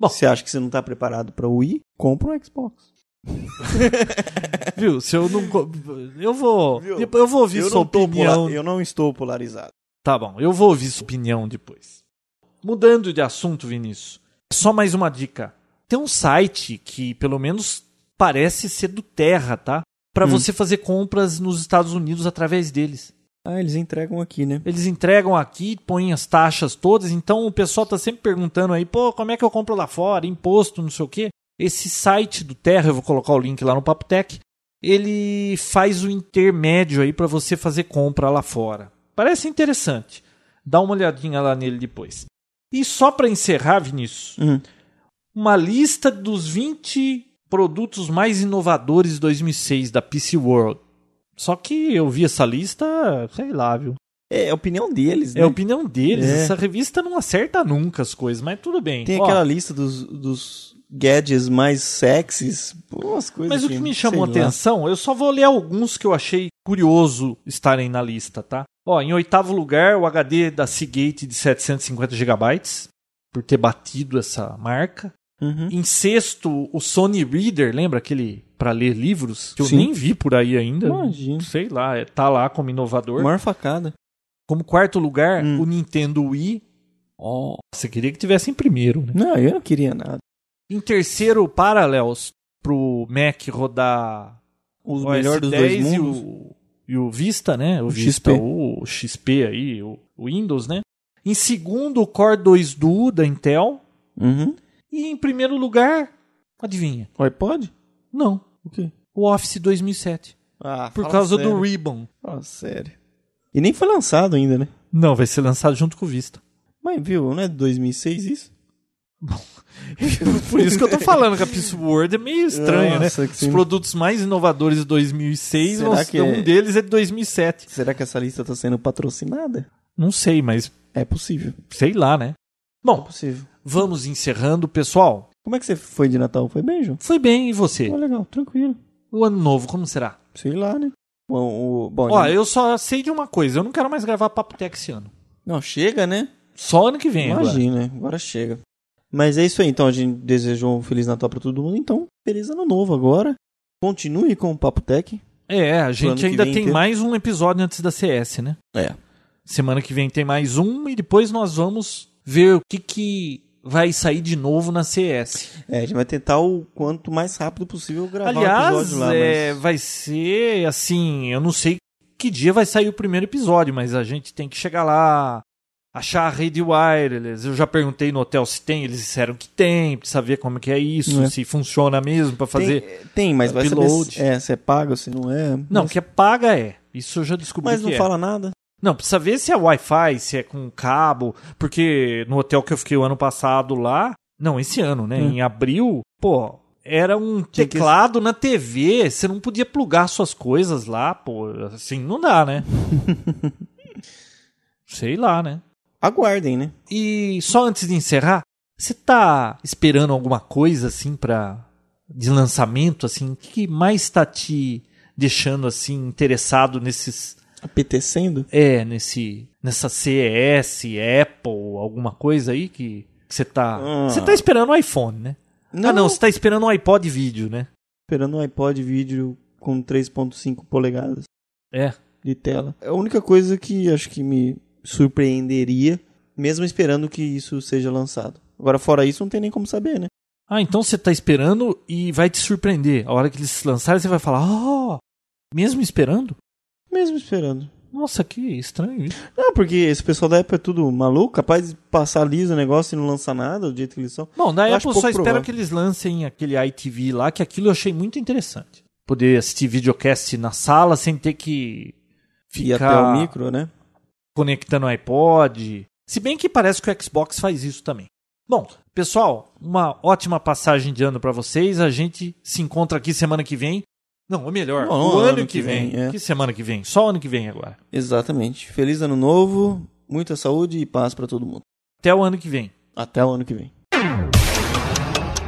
Speaker 2: Bom.
Speaker 1: Você acha que você não tá preparado pra Wii? Compra um Xbox.
Speaker 2: Viu? Se eu não. co- Eu vou.
Speaker 1: Viu?
Speaker 2: Depois eu vou ouvir
Speaker 1: eu,
Speaker 2: sua
Speaker 1: não tô
Speaker 2: opinião.
Speaker 1: pola- eu não estou polarizado.
Speaker 2: Tá bom, eu vou ouvir sua opinião depois. Mudando de assunto, Vinícius. é Só mais uma dica. Tem um site que, pelo menos, parece ser do Terra, tá? Pra
Speaker 1: Hum.
Speaker 2: você fazer compras nos Estados Unidos através deles.
Speaker 1: Ah, eles entregam aqui, né?
Speaker 2: Eles entregam aqui, põem as taxas todas, então o pessoal tá sempre perguntando aí, pô, como é que eu compro lá fora? Imposto, não sei o quê. Esse site do Terra, eu vou colocar o link lá no Papotec, ele faz o intermédio aí pra você fazer compra lá fora. Parece interessante. Dá uma olhadinha lá nele depois. E só pra encerrar, Vinícius,
Speaker 1: Hum.
Speaker 2: uma lista dos 20 produtos mais inovadores de 2006 da PC World. Só que eu vi essa lista, sei lá, viu?
Speaker 1: É, a opinião deles, né?
Speaker 2: É a opinião deles.
Speaker 1: É.
Speaker 2: Essa revista não acerta nunca as coisas, mas tudo bem.
Speaker 1: Tem
Speaker 2: Ó,
Speaker 1: aquela lista dos, dos gadgets mais sexys. Pô, as coisas assim,
Speaker 2: mas o que me chamou a
Speaker 1: sei lá.
Speaker 2: atenção, eu só vou ler alguns que eu achei curioso estarem na lista, tá? Ó, em oitavo lugar, o HD da Seagate de 750 GB, por ter batido essa marca.
Speaker 1: Uhum.
Speaker 2: Em sexto, o Sony Reader, lembra aquele para ler livros? Que eu
Speaker 1: Sim.
Speaker 2: nem vi por aí ainda.
Speaker 1: Imagino.
Speaker 2: Sei lá, é, tá lá como inovador.
Speaker 1: Maior facada.
Speaker 2: Como quarto lugar,
Speaker 1: Hum.
Speaker 2: o Nintendo Wii. Nossa, queria que tivesse em primeiro, né?
Speaker 1: Não, eu não queria nada.
Speaker 2: Em terceiro, Parallels, pro Mac rodar
Speaker 1: Os
Speaker 2: OS
Speaker 1: melhores dos
Speaker 2: 10
Speaker 1: dois mundos.
Speaker 2: E o, e o Vista, né? O,
Speaker 1: O XP.
Speaker 2: Vista, o XP aí, o, o Windows, né? Em segundo, o Core 2 Duo da Intel.
Speaker 1: Uhum.
Speaker 2: E em primeiro lugar, adivinha?
Speaker 1: O iPod?
Speaker 2: Não,
Speaker 1: O quê?
Speaker 2: o Office 2007.
Speaker 1: Ah,
Speaker 2: Por
Speaker 1: fala
Speaker 2: causa
Speaker 1: sério.
Speaker 2: do Ribbon.
Speaker 1: Fala sério. E nem foi lançado ainda, né?
Speaker 2: Não, vai ser lançado junto com o Vista.
Speaker 1: Mas viu, não é de 2006 isso?
Speaker 2: Por isso que eu tô falando que a Peace World é meio estranha,
Speaker 1: Nossa,
Speaker 2: né?
Speaker 1: que
Speaker 2: Os
Speaker 1: sim.
Speaker 2: produtos mais inovadores de 2006,
Speaker 1: Será
Speaker 2: nós-
Speaker 1: que é-
Speaker 2: um deles é de 2007.
Speaker 1: Será que essa lista tá sendo patrocinada?
Speaker 2: Não sei, mas
Speaker 1: É possível.
Speaker 2: sei lá, né?
Speaker 1: É
Speaker 2: Bom,
Speaker 1: possível.
Speaker 2: vamos encerrando, pessoal.
Speaker 1: Como é que você foi de Natal? Foi bem, João?
Speaker 2: Foi bem, e você?
Speaker 1: Foi legal, tranquilo.
Speaker 2: O ano novo, como será?
Speaker 1: Sei lá, né? Bom, o... Bom,
Speaker 2: Ó,
Speaker 1: né?
Speaker 2: eu só sei de uma coisa, eu não quero mais gravar Papo Tech esse ano.
Speaker 1: Não, chega, né?
Speaker 2: Só ano que vem agora.
Speaker 1: Imagina, agora. chega. Mas é isso aí, então. A gente desejou um Feliz Natal pra todo mundo. Então, feliz ano novo agora. Continue com o Papo Tech.
Speaker 2: É, a
Speaker 1: ano
Speaker 2: gente
Speaker 1: que
Speaker 2: ainda
Speaker 1: vem
Speaker 2: tem
Speaker 1: inteiro.
Speaker 2: mais um episódio antes da CS, né?
Speaker 1: É.
Speaker 2: Semana que vem tem mais um e depois nós vamos ver o que, que vai sair de novo na CS.
Speaker 1: É, a gente vai tentar o quanto mais rápido possível gravar o
Speaker 2: Aliás,
Speaker 1: um episódio lá.
Speaker 2: é,
Speaker 1: mas...
Speaker 2: vai ser assim, eu não sei que dia vai sair o primeiro episódio, mas a gente tem que chegar lá, achar a rede wireless. Eu já perguntei no hotel se tem, eles disseram que tem, precisa ver como que é isso,
Speaker 1: É.
Speaker 2: se funciona mesmo pra fazer.
Speaker 1: Tem, tem, mas vai saber
Speaker 2: upload.
Speaker 1: se é, se é pago, se não é.
Speaker 2: Não,
Speaker 1: mas,
Speaker 2: que é paga é. Isso eu já descobri
Speaker 1: mas não
Speaker 2: que é.
Speaker 1: fala nada.
Speaker 2: Não, precisa ver se é Wi-Fi, se é com cabo, porque no hotel que eu fiquei o ano passado lá, não, esse ano, né,
Speaker 1: Hum.
Speaker 2: em abril, pô, era um
Speaker 1: Tinha que-
Speaker 2: teclado na TV, você não podia plugar suas coisas lá, pô, assim não dá, né? Sei lá, né?
Speaker 1: Aguardem, né?
Speaker 2: E só antes de encerrar, você tá esperando alguma coisa assim para de lançamento assim, o que mais tá te deixando assim interessado nesses
Speaker 1: Apetecendo.
Speaker 2: é, nesse, nessa CES, Apple, alguma coisa aí que que você tá.
Speaker 1: Ah.
Speaker 2: Você tá esperando o iPhone, né? Ah, não, você tá esperando um iPod vídeo, né?
Speaker 1: Esperando um iPod vídeo com 3.5 polegadas
Speaker 2: É.
Speaker 1: de tela. É a única coisa que acho que me surpreenderia, mesmo esperando que isso seja lançado. Agora, fora isso, não tem nem como saber, né?
Speaker 2: Ah, então você tá esperando e vai te surpreender. A hora que eles lançarem, você vai falar, oh, mesmo esperando?
Speaker 1: Mesmo esperando.
Speaker 2: Nossa, que estranho isso.
Speaker 1: Não, porque esse pessoal da Apple é tudo maluco, capaz de passar liso o negócio e não lançar nada do jeito que eles são.
Speaker 2: Bom, da
Speaker 1: Eu acho
Speaker 2: Apple
Speaker 1: pouco
Speaker 2: só espero
Speaker 1: provável.
Speaker 2: que eles lancem aquele ITV lá, que aquilo eu achei muito interessante. Poder assistir videocast na sala sem ter que
Speaker 1: E
Speaker 2: ficar
Speaker 1: até o micro, né?
Speaker 2: conectando o iPod. Se bem que parece que o Xbox faz isso também. Bom, pessoal, uma ótima passagem de ano pra vocês. A gente se encontra aqui semana que vem. Não, ou melhor,
Speaker 1: Não,
Speaker 2: o ano, que vem.
Speaker 1: é.
Speaker 2: Que semana que vem? Só ano que vem agora.
Speaker 1: Exatamente. Feliz ano novo, muita saúde e paz pra todo mundo.
Speaker 2: Até o ano que vem.
Speaker 1: Até o ano que vem.